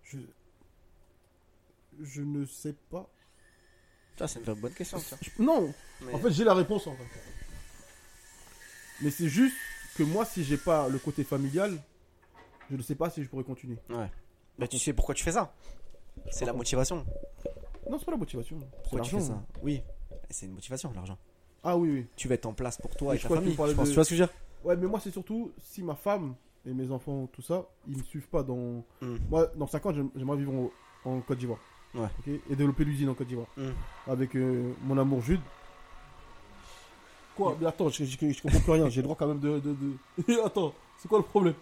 Je, je ne sais pas.
Ça, c'est une bonne question, tiens.
Je- Non,
Mais-
en fait, j'ai la réponse en fait. Mais c'est juste que moi, si j'ai pas le côté familial, je ne sais pas si je pourrais continuer.
Ouais. Bah, tu sais pourquoi tu fais ça. C'est la motivation.
Non, c'est pas la motivation. C'est
Pourquoi tu fais
l'argent.
ça Oui, c'est une motivation, l'argent.
Ah oui, oui.
Tu vas être en place pour toi
Mais
et
je
ta
crois que tu
famille.
parlais
Je pense,
de-
tu vois ce que je veux dire
Ouais, mais moi, c'est surtout si ma femme et mes enfants, tout ça, ils me suivent pas dans.
Mm.
Moi, dans 5 ans, j'aim- j'aimerais vivre en, en Côte d'Ivoire.
Ouais.
Ok et développer l'usine en Côte d'Ivoire.
Mm.
Avec euh, mon amour Jude. Quoi Mais attends, je, je- je comprends plus rien. J'ai le droit quand même de. de, de- *laughs* attends, c'est quoi le problème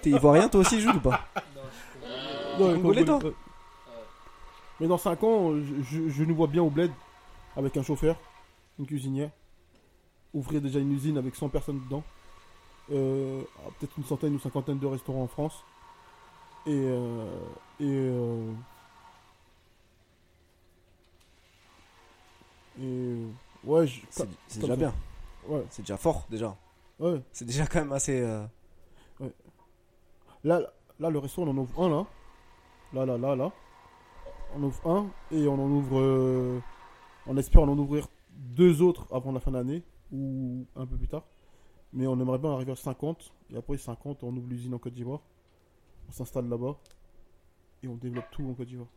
T'es ivoirien toi aussi, Jules ou pas
Non,
Congolais,
Congolais,
toi
ouais. Mais dans 5 ans, je, je- je nous vois bien au bled, avec un chauffeur, une cuisinière, ouvrir déjà une usine avec 100 personnes dedans, euh, ah, peut-être une centaine ou cinquantaine de restaurants en France, et, euh, et, euh, et, euh, ouais, je-
C'est
comme-
c'est
comme
déjà
ça.
bien,
Ouais,
c'est déjà fort déjà.
ouais.
C'est déjà quand même assez. euh,
Là, là, le resto, on en ouvre un, là. Là, là, là, là. On ouvre un et on en ouvre. euh, on espère en ouvrir deux autres avant la fin de l'année ou un peu plus tard. Mais on aimerait bien arriver à 50. Et après 50, on ouvre l'usine en Côte d'Ivoire. On s'installe là-bas. Et on développe tout en Côte d'Ivoire.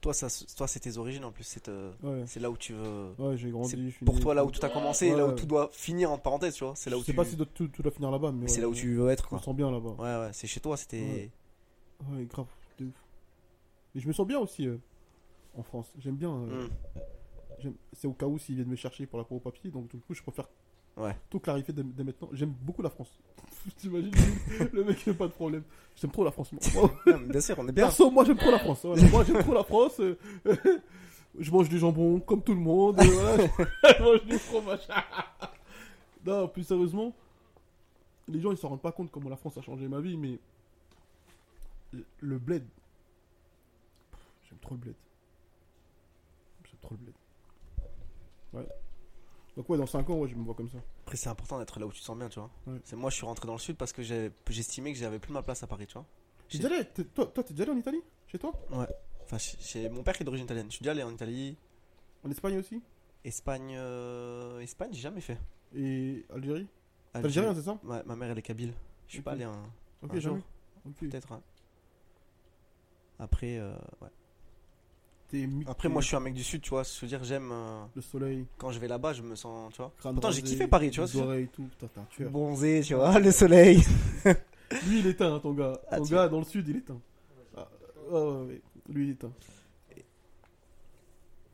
Toi, ça, toi, c'est tes origines en plus. C'est euh,
Ouais,
c'est là où tu veux.
ouais j'ai
C'est
grandi. je suis
pour
né-
toi là où tout a commencé, et là où
Ouais.
tout doit finir en parenthèse, tu vois. C'est là où
Je
tu.
sais pas si doit- tout, tout doit finir là-bas, mais.
Mais c'est
ouais,
là où tu veux être
Je
quoi.
me sens bien là-bas.
Ouais, ouais, c'est chez toi, c'était.
Ouais. grave, de ouf. Et je me sens bien aussi euh, en France. J'aime bien. euh,
Mm.
J'aime- C'est au cas où s'ils viennent me chercher pour la peau au papier, donc du coup je préfère
Ouais.
tout clarifier dès, dès maintenant. J'aime beaucoup la France. *laughs* T'imagines, le- le mec n'a pas de problème. J'aime trop la France. Moi. Moi,
Non, mais bien sûr, on est bien.
Perso, moi j'aime trop la France. Voilà, Moi j'aime trop la France. euh, *laughs* je mange du jambon comme tout le monde. euh, voilà, je, je mange du fromage. non, plus sérieusement, les gens ils s'en rendent pas compte comment la France a changé ma vie, mais le bled. J'aime trop le bled. J'aime trop le bled. Ouais. Donc ouais, dans 5 ans, ouais, je me vois comme ça.
Après, c'est important d'être là où tu te sens bien, tu vois.
Ouais.
C'est moi, je suis rentré dans le sud parce que j'ai- j'estimais que j'avais plus ma place à Paris, tu vois.
T'es
Chez-
déjà allé, t'es- toi, toi, t'es déjà allé en Italie Chez toi
Enfin, chez, chez mon père qui est d'origine italienne. Je suis déjà allé en Italie,
En Espagne aussi
Espagne, euh, Espagne, j'ai jamais fait.
Et Algérie T'es
Algérie-
Algérien, c'est ça
Ma, ma mère, elle est kabyle. Je suis
Ok.
pas allé un,
Ok,
un jour,
jamais. Ok.
peut-être. hein. Après, euh, ouais.
T'es mi-
Après,
t'es-
moi, je suis un mec du sud, tu vois. Je veux dire, j'aime. euh,
Le soleil.
quand je vais là-bas, je me sens, tu vois.
crâne
Pourtant, j'ai
rasé,
kiffé Paris, tu vois.
les
c'est-
oreilles et tout, putain, t'es un tueur.
Bronzé, tu vois, *laughs* le soleil.
Lui, il est éteint, hein, ton gars.
Ah,
ton
tu-
gars, dans le sud, il est éteint. Ah, ouais, ouais, ouais. Lui, il est éteint.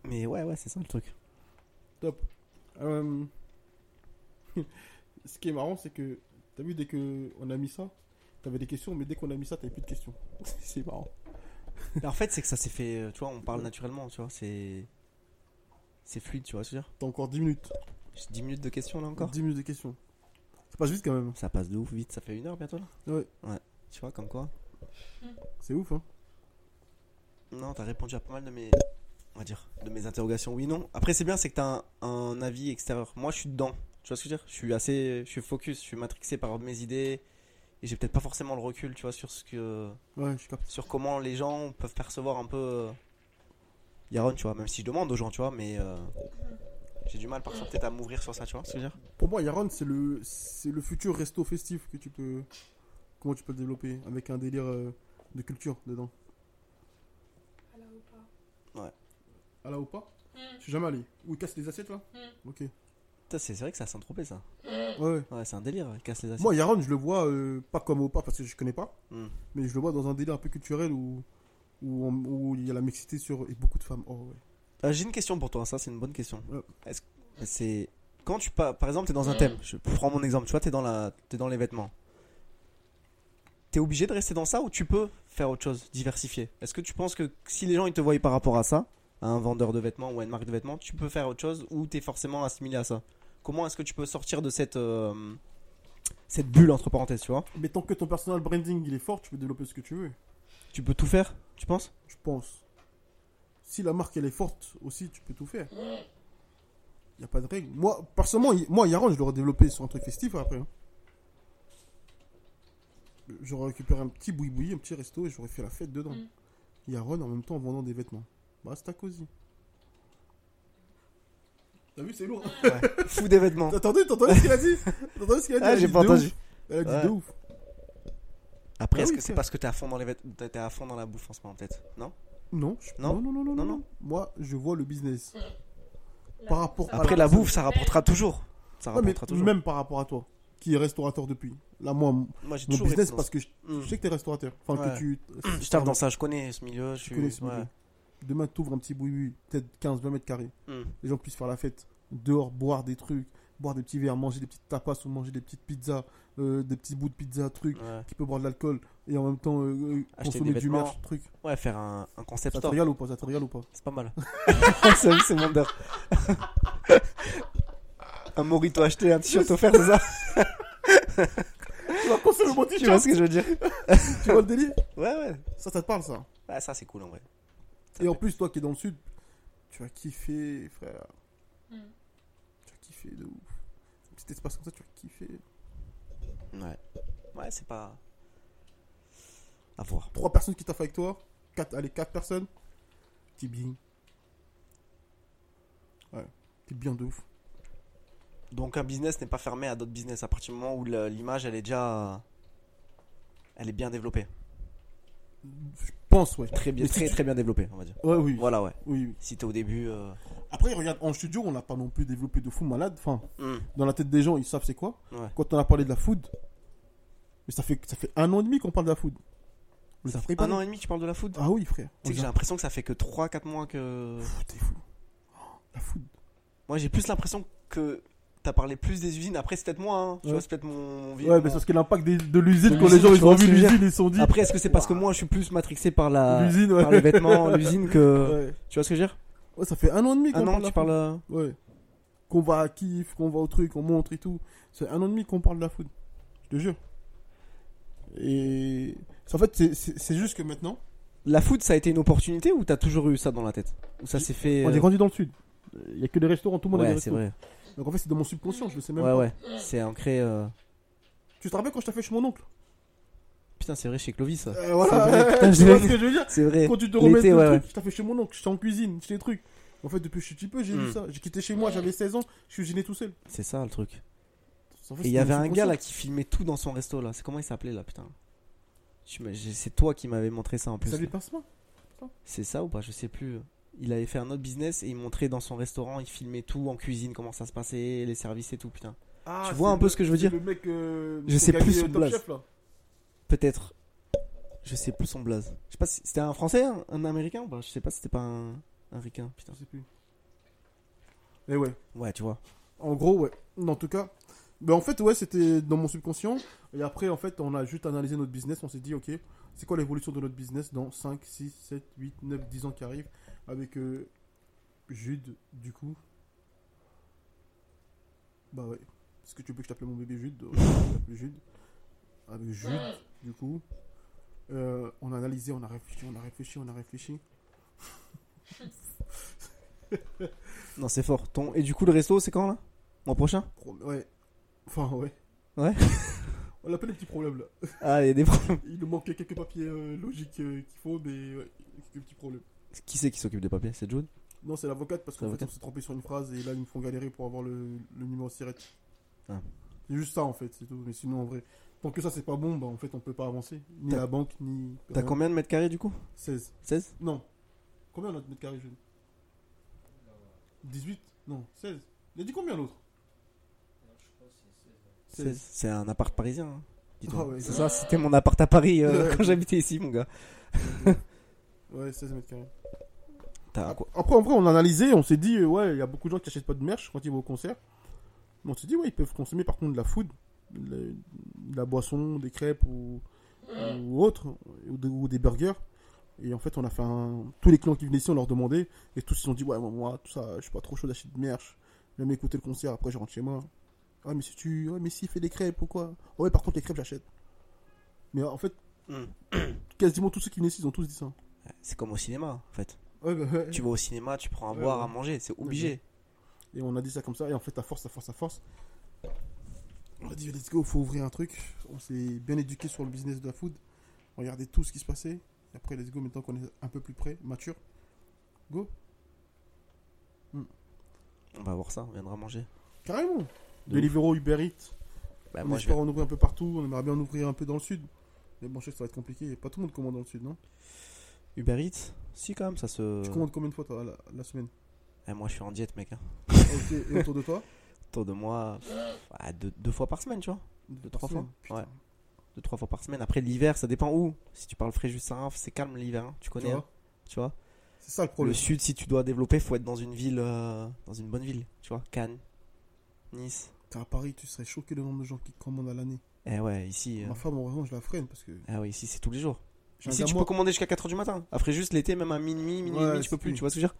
Mais ouais, ouais, c'est ça le truc.
Top. Euh, *laughs* Ce qui est marrant, c'est que t'as vu dès que on a mis ça, t'avais des questions, mais dès qu'on a mis ça, t'avais plus
*laughs*
de questions. c'est marrant.
Mais en fait, c'est que ça s'est fait, euh, tu vois, on parle naturellement, tu vois, c'est. C'est fluide, tu vois, ce que je veux dire.
T'as encore 10 minutes.
J'ai 10 minutes de questions là encore.
10 minutes de questions. Ça passe vite quand même.
Ça passe de ouf vite, ça fait une heure bientôt là
Ouais.
Tu vois, comme quoi
C'est ouf, hein.
Non, t'as répondu à pas mal de mes. On va dire, de mes interrogations, oui, non. Après, c'est bien, c'est que t'as un, un avis extérieur. Moi, je suis dedans, tu vois ce que je veux dire Je suis assez. Je suis focus, je suis matrixé par mes idées. Et j'ai peut-être pas forcément le recul, tu vois, sur ce que.
Ouais, je capte.
sur comment les gens peuvent percevoir un peu euh, Yaron, tu vois, même si je demande aux gens, tu vois, mais euh, j'ai du mal parfois peut-être à m'ouvrir sur ça, tu vois, ce que je veux dire
Pour moi, Yaron, c'est le, c'est le futur resto festif que tu peux. Comment tu peux le développer Avec un délire euh, de culture dedans.
Voilà ou pas.
À la ou pas
Mm.
Je suis jamais allé. Où ils cassent les assiettes là Ok.
Putain, c'est c'est vrai que ça s'en trompait ça.
Ouais.
Ouais, c'est un délire, il casse les assiettes.
Moi, Yaron, je le vois euh, pas comme au pas parce que je connais pas,
Hmm.
mais je le vois dans un délire un peu culturel où, où, on- où il y a la mixité sur et beaucoup de femmes. Oh, ouais.
Euh, j'ai une question pour toi, ça c'est une bonne question.
Ouais.
Est-ce- C'est quand tu pa- par exemple t'es dans un thème, je prends mon exemple, tu vois, t'es dans la, t'es dans les vêtements. T'es obligé de rester dans ça ou tu peux faire autre chose, diversifier. Est-ce que tu penses que si les gens ils te voient par rapport à ça, à un vendeur de vêtements ou à une marque de vêtements, tu peux faire autre chose ou t'es forcément assimilé à ça Comment est-ce que tu peux sortir de cette euh, cette bulle entre parenthèses, tu vois
Mais tant que ton personal branding il est fort, tu peux développer ce que tu veux,
Tu peux tout faire, tu penses
je pense. Si la marque elle est forte aussi, tu peux tout faire. Il y a pas de règle. Moi, personnellement, y- moi, Yaron, je l'aurais développé sur un truc festif après. hein. J'aurais récupéré un petit boui-boui, un petit resto et j'aurais fait la fête
Mm.
dedans. Yaron en même temps en vendant des vêtements. Bah, c'est à cause. T'as vu, c'est
*laughs*
lourd.
Fou des vêtements.
T'as entendu, t'as entendu ce qu'il a dit T'as entendu ce qu'il a dit
Ah,
Elle a
j'ai
dit
pas
de ouf.
entendu.
Elle a dit
Ouais.
de ouf.
Après,
Ah
est-ce
oui,
que c'est
c'est-
parce que t'es à fond dans les vêtements, t'es à fond dans la bouffe en ce moment, peut-être Non
Non, je-
Non.
non, non, non, non,
Non,
non,
non.
non. Moi, je vois le business.
La
Par rapport à
Après, la bouffe, ça rapportera toujours. Ça
Ouais, mais
rapportera toujours.
même par rapport à toi, qui est restaurateur depuis. Là, moi, mon
Moi, j'ai
mon
toujours été
business,
dans
parce que je,
Mm.
je sais que t'es restaurateur. Enfin,
Ouais.
que tu.
ce- *clears throat* Je tape dans ça, je connais ce milieu. Je,
Tu connais ce
ouais.
milieu. Demain, t'ouvres un petit boui peut-être 15-20 mètres carrés.
Mm.
Les gens puissent faire la fête dehors, boire des trucs, boire des petits verres, manger des petites tapas ou manger des petites pizzas, euh, des petits bouts de pizza, trucs.
Ouais.
Qui peut boire de l'alcool et en même temps euh, euh,
Acheter
consommer
des
du
vêtements.
merch, truc.
Ouais, faire un, un concept
Ça te
store.
régale ou pas Ça te régale
*laughs*
ou pas
C'est pas
*laughs*
mal. c'est c'est mon deur. *laughs* un morito acheté, un t-shirt offert, c'est ça
*laughs* Tu vas consommer mon
Tu vois ce que je veux dire
tu vois le délire
Ouais, ouais.
Ça, ça te parle ça
Ah, ça, c'est cool en vrai. Ça
Et en
fait.
plus, toi qui es dans le sud, tu vas kiffer, frère.
Mm.
Hmm.
Tu vas kiffer de ouf. Un petit espace comme ça, tu vas kiffer.
Ouais. Ouais, c'est pas. À voir.
Trois personnes qui taffent avec toi. Quatre, allez, quatre personnes. T'es bien. Ouais, t'es bien de ouf.
Donc, un business n'est pas fermé à d'autres business à partir du moment où le- l'image, elle est déjà. Elle est bien développée.
Je pense, ouais.
Très bien,
Mais si
très,
tu-
très bien développée, on va dire.
Ouais, oui.
Voilà, ouais.
Oui, oui.
Si t'es au début. euh,
Après, regarde, en studio, on n'a pas non plus développé de fou malade. Enfin,
hmm,
dans la tête des gens, ils savent c'est quoi.
Ouais.
Quand on a parlé de la food, mais ça fait, ça fait un an et demi qu'on parle de la food. On les a
Un
préparés.
an et demi, tu parles de la food
Ah oui, frère.
Tu sais que
On
j'ai
les a-
l'impression que ça fait que 3-4 mois que.
Pff, T'es fou. Oh, La food.
Moi, j'ai plus l'impression que t'as parlé plus des usines. Après, c'est peut-être moi, hein. Tu
Ouais.
vois, c'est peut-être mon. mon vie-
Ouais, mais
mon-
c'est parce que l'impact des- de l'usine,
euh, De
quand les gens
l'usine,
ils
tu
ont
vois ce
vu
que je veux
l'usine, ils se sont dit.
Après, est-ce que c'est parce que moi, je suis plus matrixé par la.
L'usine, ouais.
Par les
*laughs*
vêtements, l'usine que.
Ouais.
Tu vois ce que je veux dire
euh, Ouais, ça fait un an et demi qu'on
euh, Un an
parle.
que
de la
tu parles. euh,
food. Ouais. Qu'on va à Kif, qu'on va au truc, on montre et tout. C'est un an et demi qu'on parle de la food. Je te jure. Et. En fait, c'est- c'est c'est juste que maintenant,
La food, ça a été une opportunité ou t'as toujours eu ça dans la tête Ou ça s'est fait.
on
euh,
est grandi dans le sud. Il n'y a que des restaurants, tout le monde a des
Ouais, c'est
restaurants.
vrai.
Donc en fait, c'est dans mon subconscient, je le sais même
Ouais,
pas.
ouais. C'est ancré. euh,
Tu te rappelles quand je t'ai fait chez mon oncle
Putain, c'est vrai chez Clovis. ça.
Euh, *laughs*
C'est vrai,
Voilà,
putain,
tu
je
vois
l'ai
ce que je veux dire
C'est vrai.
Quand tu te
L'été,
remets le
ouais,
truc,
ouais.
je t'ai fait chez mon oncle, j'étais en cuisine, j'étais des trucs. En fait, depuis que je suis petit peu, j'ai
Mm.
vu ça. J'ai quitté chez moi, j'avais 16 ans, je suis gêné tout seul.
C'est ça le truc.
En fait,
Et il y
c'était
avait
mon
un gars
subconscient.
là qui filmait tout dans son resto là. C'est comment il s'appelait là, putain Je me- j'ai- C'est toi qui m'avais montré ça en plus.
Ça lui passe pas.
C'est ça ou pas Je sais plus. Il avait fait un autre business et il montrait dans son restaurant, il filmait tout en cuisine, comment ça se passait, les services et tout, putain.
Ah,
tu vois un peu ce que je veux dire
Le mec, euh,
Je
qui
sais
a gagné
plus son
Top
blaze.
Chef, là.
Peut-être. Je sais plus son blaze. Je sais pas si c'était un français, un, un américain ou pas Je sais pas si c'était pas un, un ricain, putain.
Je sais plus. Et ouais.
Eh Ouais, tu vois.
En gros, ouais. En tout cas. Mais en fait, ouais, c'était dans mon subconscient. Et après, en fait, on a juste analysé notre business. On s'est dit, ok, c'est quoi l'évolution de notre business dans 5, 6, 7, 8, 9, 10 ans qui arrivent Avec euh, Jude, du coup. Bah ouais. Est-ce que tu veux que je t'appelle mon bébé Jude Ouais, je t'appelle Jude. Avec Jude, du coup. Euh, on a analysé, on a réfléchi, on a réfléchi, on a réfléchi.
Non, c'est fort. Ton... Et du coup, le resto, c'est quand là Mois prochain
Ouais. Enfin, ouais.
Ouais.
*laughs* on a plein de petits problèmes là.
Ah, il y a des problèmes.
Il nous manquait quelques papiers euh, logiques euh, qu'il faut, mais ouais, quelques petits problèmes.
*laughs* Qui c'est qui s'occupe des papiers C'est June
Non, c'est l'avocate parce qu'en fait,
L'avocate.
on s'est trompé sur une phrase et là, ils me font galérer pour avoir le, le numéro sirette.
Ah.
C'est juste ça en fait, c'est tout. Mais sinon, en vrai, tant que ça, c'est pas bon, bah en fait, on peut pas avancer. Ni
T'as-
la banque, ni.
T'as
rien.
combien de mètres carrés du coup
16.
16
Non. Combien l'autre mètre carré jeune 18 Non, 16. Il a dit combien l'autre
16. C'est un appart parisien. hein. Dis-toi.
Ah ouais.
c'est ça, c'était mon appart à Paris euh, *laughs*
Ouais.
quand j'habitais ici, mon gars.
Ouais, 16 mètres carrés.
T'as
Après,
quoi
Ah, après, en vrai, on a analysé, on s'est dit, euh, ouais, il y a beaucoup de gens qui achètent pas de merch quand ils vont au concert. Mais on s'est dit, ouais, ils peuvent consommer par contre de la food, de la, de la boisson, des crêpes ou, ou autre, ou, de- ou des burgers. Et en fait, on a fait un. Tous les clients qui venaient ici, on leur demandait, et tous ils ont dit, ouais, moi, moi, tout ça, je suis pas trop chaud d'acheter de merch. J'aime écouter le concert, après je rentre chez moi. Ouais, mais si tu. Ouais, mais si, fais des crêpes ou quoi. Ah Ouais, par contre, les crêpes, j'achète. Mais en fait,
Mm.
quasiment tous ceux qui venaient ici, ils ont tous dit ça.
C'est comme au cinéma en fait.
Ouais, bah, ouais.
Tu vas au cinéma, tu prends à
Ouais,
boire,
ouais.
à manger, c'est obligé.
Et on a dit ça comme ça, et en fait, à force, à force, à force, on a dit, let's go, faut ouvrir un truc. On s'est bien éduqué sur le business de la food. On regardait tout ce qui se passait. Et après, let's go, maintenant qu'on est un peu plus près, mature, go.
On va voir ça, on viendra manger.
Carrément.
De
Deliveroo, Uber Eats.
Bah,
on
moi, je
espère en ouvrir un peu partout. On aimerait bien en ouvrir un peu dans le sud. Mais bon, je sais que ça va être compliqué. Pas tout le monde commande dans le sud, non
Uber Eats Si, quand même, ça se.
Tu commandes combien de fois toi, la,
*laughs*
la semaine
Eh, moi, je suis en diète, mec. Hein.
Ok, Et autour de toi
Autour de moi, pff, ah, deux, deux fois par semaine, tu vois. Deux, trois fois. Ouais. Deux, trois fois par semaine. Après, l'hiver, ça dépend où. Si tu parles frais juste à c'est calme l'hiver. hein. Tu
Tu
connais, hein,
vois
tu vois.
C'est ça le
le
problème.
sud, si tu dois développer, faut être dans une ville, euh, dans une bonne ville, tu vois. Cannes, Nice.
T'es à Paris, tu serais choqué le nombre de gens qui commandent à l'année.
Eh ouais, ici. euh,
Ma femme, heureusement, je la freine parce que.
Ah oui, ici, c'est tous les jours.
j'ai un
Ici,
gars,
tu
moi-
peux commander jusqu'à 4h du matin. Après, juste l'été, même à minuit, minuit, et
Ouais,
demi, tu peux
c'est
plus,
fini.
tu vois ce que je veux dire.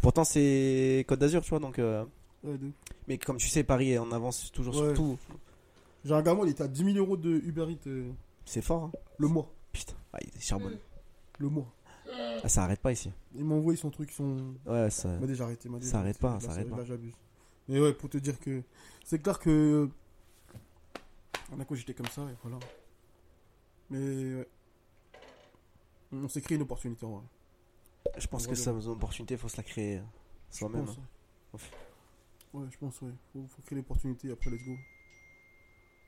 Pourtant, c'est Côte d'Azur, tu vois, donc. euh,
Ouais, de ouf.
Mais comme tu sais, Paris est en avance toujours
Ouais.
sur tout.
J'ai un gamin, il était à 10 000 euros de Uber Eats euh,
C'est fort, hein.
le mois.
Putain, ah, il est charbonne.
Le mois.
Ah, ça arrête pas ici.
Il m'a envoyé son truc, son.
Ouais, ça.
M'a déjà arrêté, m'a déjà
Ça arrête pas,
arrêté. Là,
ça arrête
là,
pas.
j'abuse. Mais ouais, pour te dire que. C'est clair que. On a quoi, j'étais comme ça, et voilà. Mais. ouais. On s'est créé une opportunité en vrai.
Je pense que ça, nos opportunités, faut se la créer euh,
Je
soi-même.
pense,
hein.
ouais. Ouais, je pense, ouais. Faut, faut créer l'opportunité, après, let's go.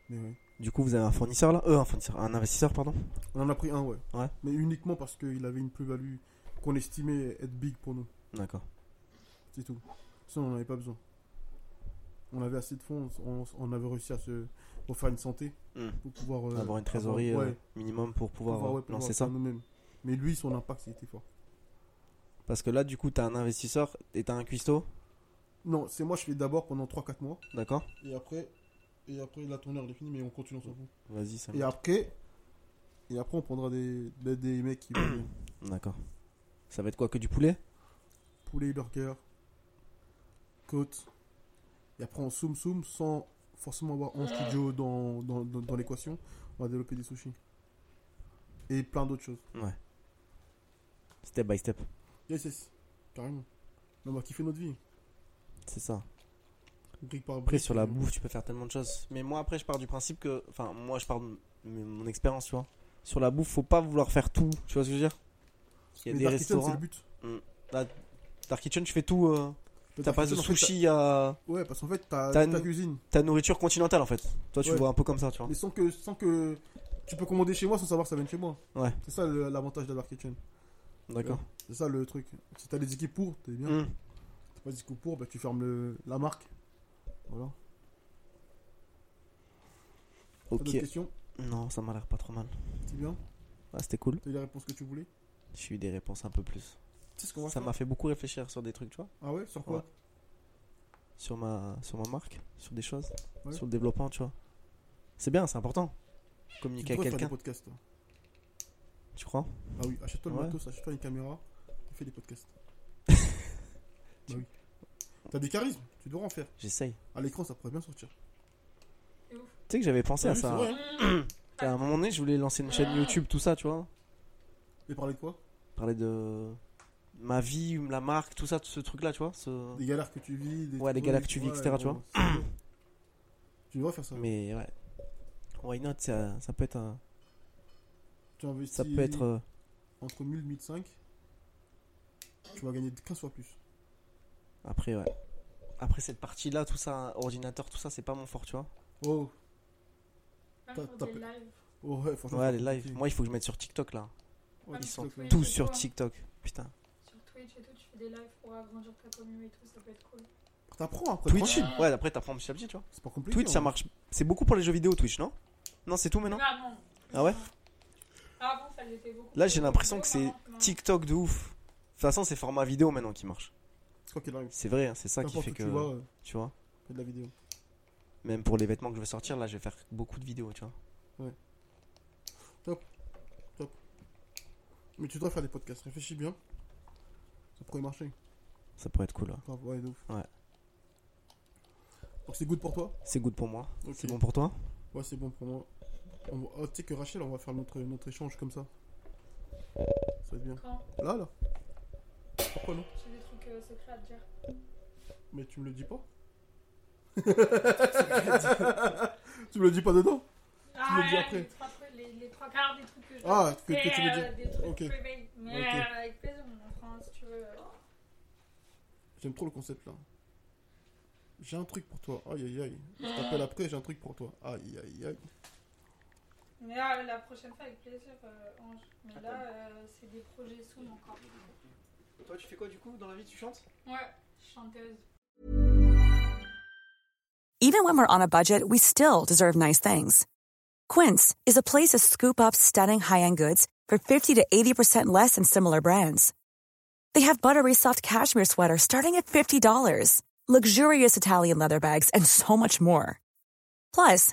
Mais ouais.
Du coup, vous avez un fournisseur là Euh, un fournisseur, un investisseur, pardon.
On en a pris un, ouais.
Ouais.
Mais uniquement parce qu'il avait une plus-value qu'on estimait être big pour nous.
D'accord.
C'est tout. Sinon, on n'en avait pas besoin. On avait assez de fonds, on, on avait réussi à se refaire une santé
Hmm.
pour pouvoir euh,
avoir une trésorerie
avoir-
euh,
ouais,
minimum pour pouvoir,
pouvoir, ouais,
euh,
pouvoir
lancer
faire
ça.
nous-mêmes. Mais lui, son impact, c'était fort.
Parce que là, du coup, t'as un investisseur et t'as un cuistot,
Non, c'est moi, je fais d'abord pendant 3-4 mois,
d'accord
et après, et après la tournée, elle est finie, mais on continue, on s'en
Hmm.
fout.
Vas-y, ça.
Et après, et après, on prendra des, des, des mecs qui veulent
D'accord. Ça va être quoi que du poulet
poulet, burger, côte. Et après, on soum soum sans forcément avoir un studio dans, dans, dans, dans l'équation. On va développer des sushis. Et plein d'autres choses.
Ouais. Step by step.
Yes, yes. Carrément. Non, On va kiffer notre vie.
C'est ça.
Brique par
Après,
brique,
sur la
euh,
bouffe, tu peux faire tellement de choses. Mais moi, après, je pars du principe que. Enfin, moi, je pars de m- mon expérience, tu vois. Sur la bouffe, faut pas vouloir faire tout. Tu vois ce que je veux dire Il y a
mais
des
Dark Kitchen,
restaurants.
euh, C'est le but.
Là, Dark Kitchen, tu fais tout. euh,
Le
T'as
Dark
pas de
Kitchen, en fait,
sushi à.
t'as- Ouais, parce qu'en fait, t'as
T'as
toute ta
une-
cuisine.
Ta nourriture continentale, en fait. Toi, tu
Ouais.
vois un peu comme ça, tu vois.
Mais sans que, sans que. Tu peux commander chez moi sans savoir que ça vient de chez moi.
Ouais.
C'est ça le- l'avantage de la Dark Kitchen.
D'accord.
C'est ça le truc. Si t'as les équipes pour, t'es bien.
Hum.
T'as pas les équipes pour, bah tu fermes le- la marque. Voilà. T'as
Ok.
d'autres questions
Non, ça m'a l'air pas trop mal.
C'est bien
Ah, c'était cool.
T'as eu les réponses que tu voulais
J'ai eu des réponses un peu plus.
C'est ce qu'on va
Ça
faire.
m'a fait beaucoup réfléchir sur des trucs, tu vois.
Ah ouais Sur quoi
Ouais. Sur ma, sur ma marque, sur des choses,
Ouais.
sur le développement, tu vois. C'est bien, c'est important.
Tu
Communiquer à
devrais faire des
quelqu'un,
podcasts. toi.
tu crois
Ah oui, achète-toi
Ouais.
le matos, achète-toi une caméra, et fais
*laughs*
des podcasts. bah oui. T'as des charismes, tu devrais en faire.
J'essaye.
À l'écran, ça pourrait bien sortir.
Tu sais que j'avais pensé
T'as
à
vu,
ça.
c'est vrai, hein
*clears throat* À un moment donné, je voulais lancer une chaîne YouTube, tout ça, tu vois.
Et parler de quoi
Parler de ma vie, la marque, tout ça, tout ce truc-là, tu vois. ce-
Des galères que tu vis. Des
Hein. Ouais, des
trucs,
galères que tu vis, etc., tu vois.
c'est vrai. Tu devrais faire ça.
Mais ouais. Why not Ça, ça peut être, un-
Tu investis
ça peut être euh,
entre 1000 et 1005. Tu vas gagner 15 fois plus.
après, ouais. Après cette partie-là, tout ça, ordinateur, tout ça, c'est pas mon fort, tu vois.
Oh,
Même
T'as-
pour des lives.
oh ouais, franchement.
Ouais,
c'est
les lives.
compliqué.
Moi, il faut que je mette sur TikTok là.
Ouais,
Ils
c'est
sont
top, là.
Oui,
Tout
c'est
sur
toi.
TikTok. Putain.
Sur Twitch et tout, tu fais des lives pour agrandir ta commune et tout, ça peut être cool.
T'apprends après.
Twitch
tranquille.
Ouais, après t'apprends petit à petit, tu vois.
C'est pas compliqué.
Twitch, ça
hein.
marche. C'est beaucoup pour les jeux vidéo, Twitch, non Non, c'est tout maintenant
Ah non.
Ah ouais
Avant, ça l'était beaucoup.
Là, j'ai l'impression que c'est
Maintenant, non.
TikTok de ouf. De toute façon, c'est format vidéo maintenant qui marche.
Quoi qu'il arrive.
C'est vrai, hein, c'est ça qui
N'importe
fait
où
que.
tu vois, euh,
Tu vois
fais de la vidéo.
Même pour les vêtements que je vais sortir, là, je vais faire beaucoup de vidéos, tu vois.
Mais tu dois faire des podcasts, réfléchis bien. Ça pourrait marcher.
Ça pourrait être cool. ouais.
Grave, ouais, de ouf.
Ouais.
Donc c'est good pour toi
C'est good pour moi.
Ok.
C'est bon pour toi
Ouais, c'est bon pour moi. On va- oh, tu sais que Rachel, on va faire notre, notre échange comme ça. Ça va être bien.
Quand
Là, là. Pourquoi non
j'ai des trucs euh, secrets à te dire.
Mais tu me le
*laughs*
dis pas Tu me le dis pas dedans
Ah,
me le dis
ouais,
après.
les trois, trucs- les, les trois quarts des trucs que je
Ah, que-
c'est,
que tu veux
euh,
dire.
Des trucs
Ok.
privés. Mais
Ok.
euh, avec plaisir, mon enfant, si tu veux. euh,
J'aime trop le concept là. J'ai un truc pour toi. Aïe aïe aïe. Je t'appelle après, j'ai un truc pour toi. Aïe aïe aïe.
Mais ah, la prochaine fois, avec plaisir, euh, Ange. Mais là, euh, c'est des projets sous encore.
Toi, tu fais quoi du coup dans la vie Tu chantes
Ouais, je suis chanteuse.
Even when we're on a budget, we still deserve nice things. Quince is a place to scoop up stunning high-end goods for 50 to 80% less than similar brands. They have buttery soft cashmere sweaters starting at $50, luxurious Italian leather bags, and so much more. Plus,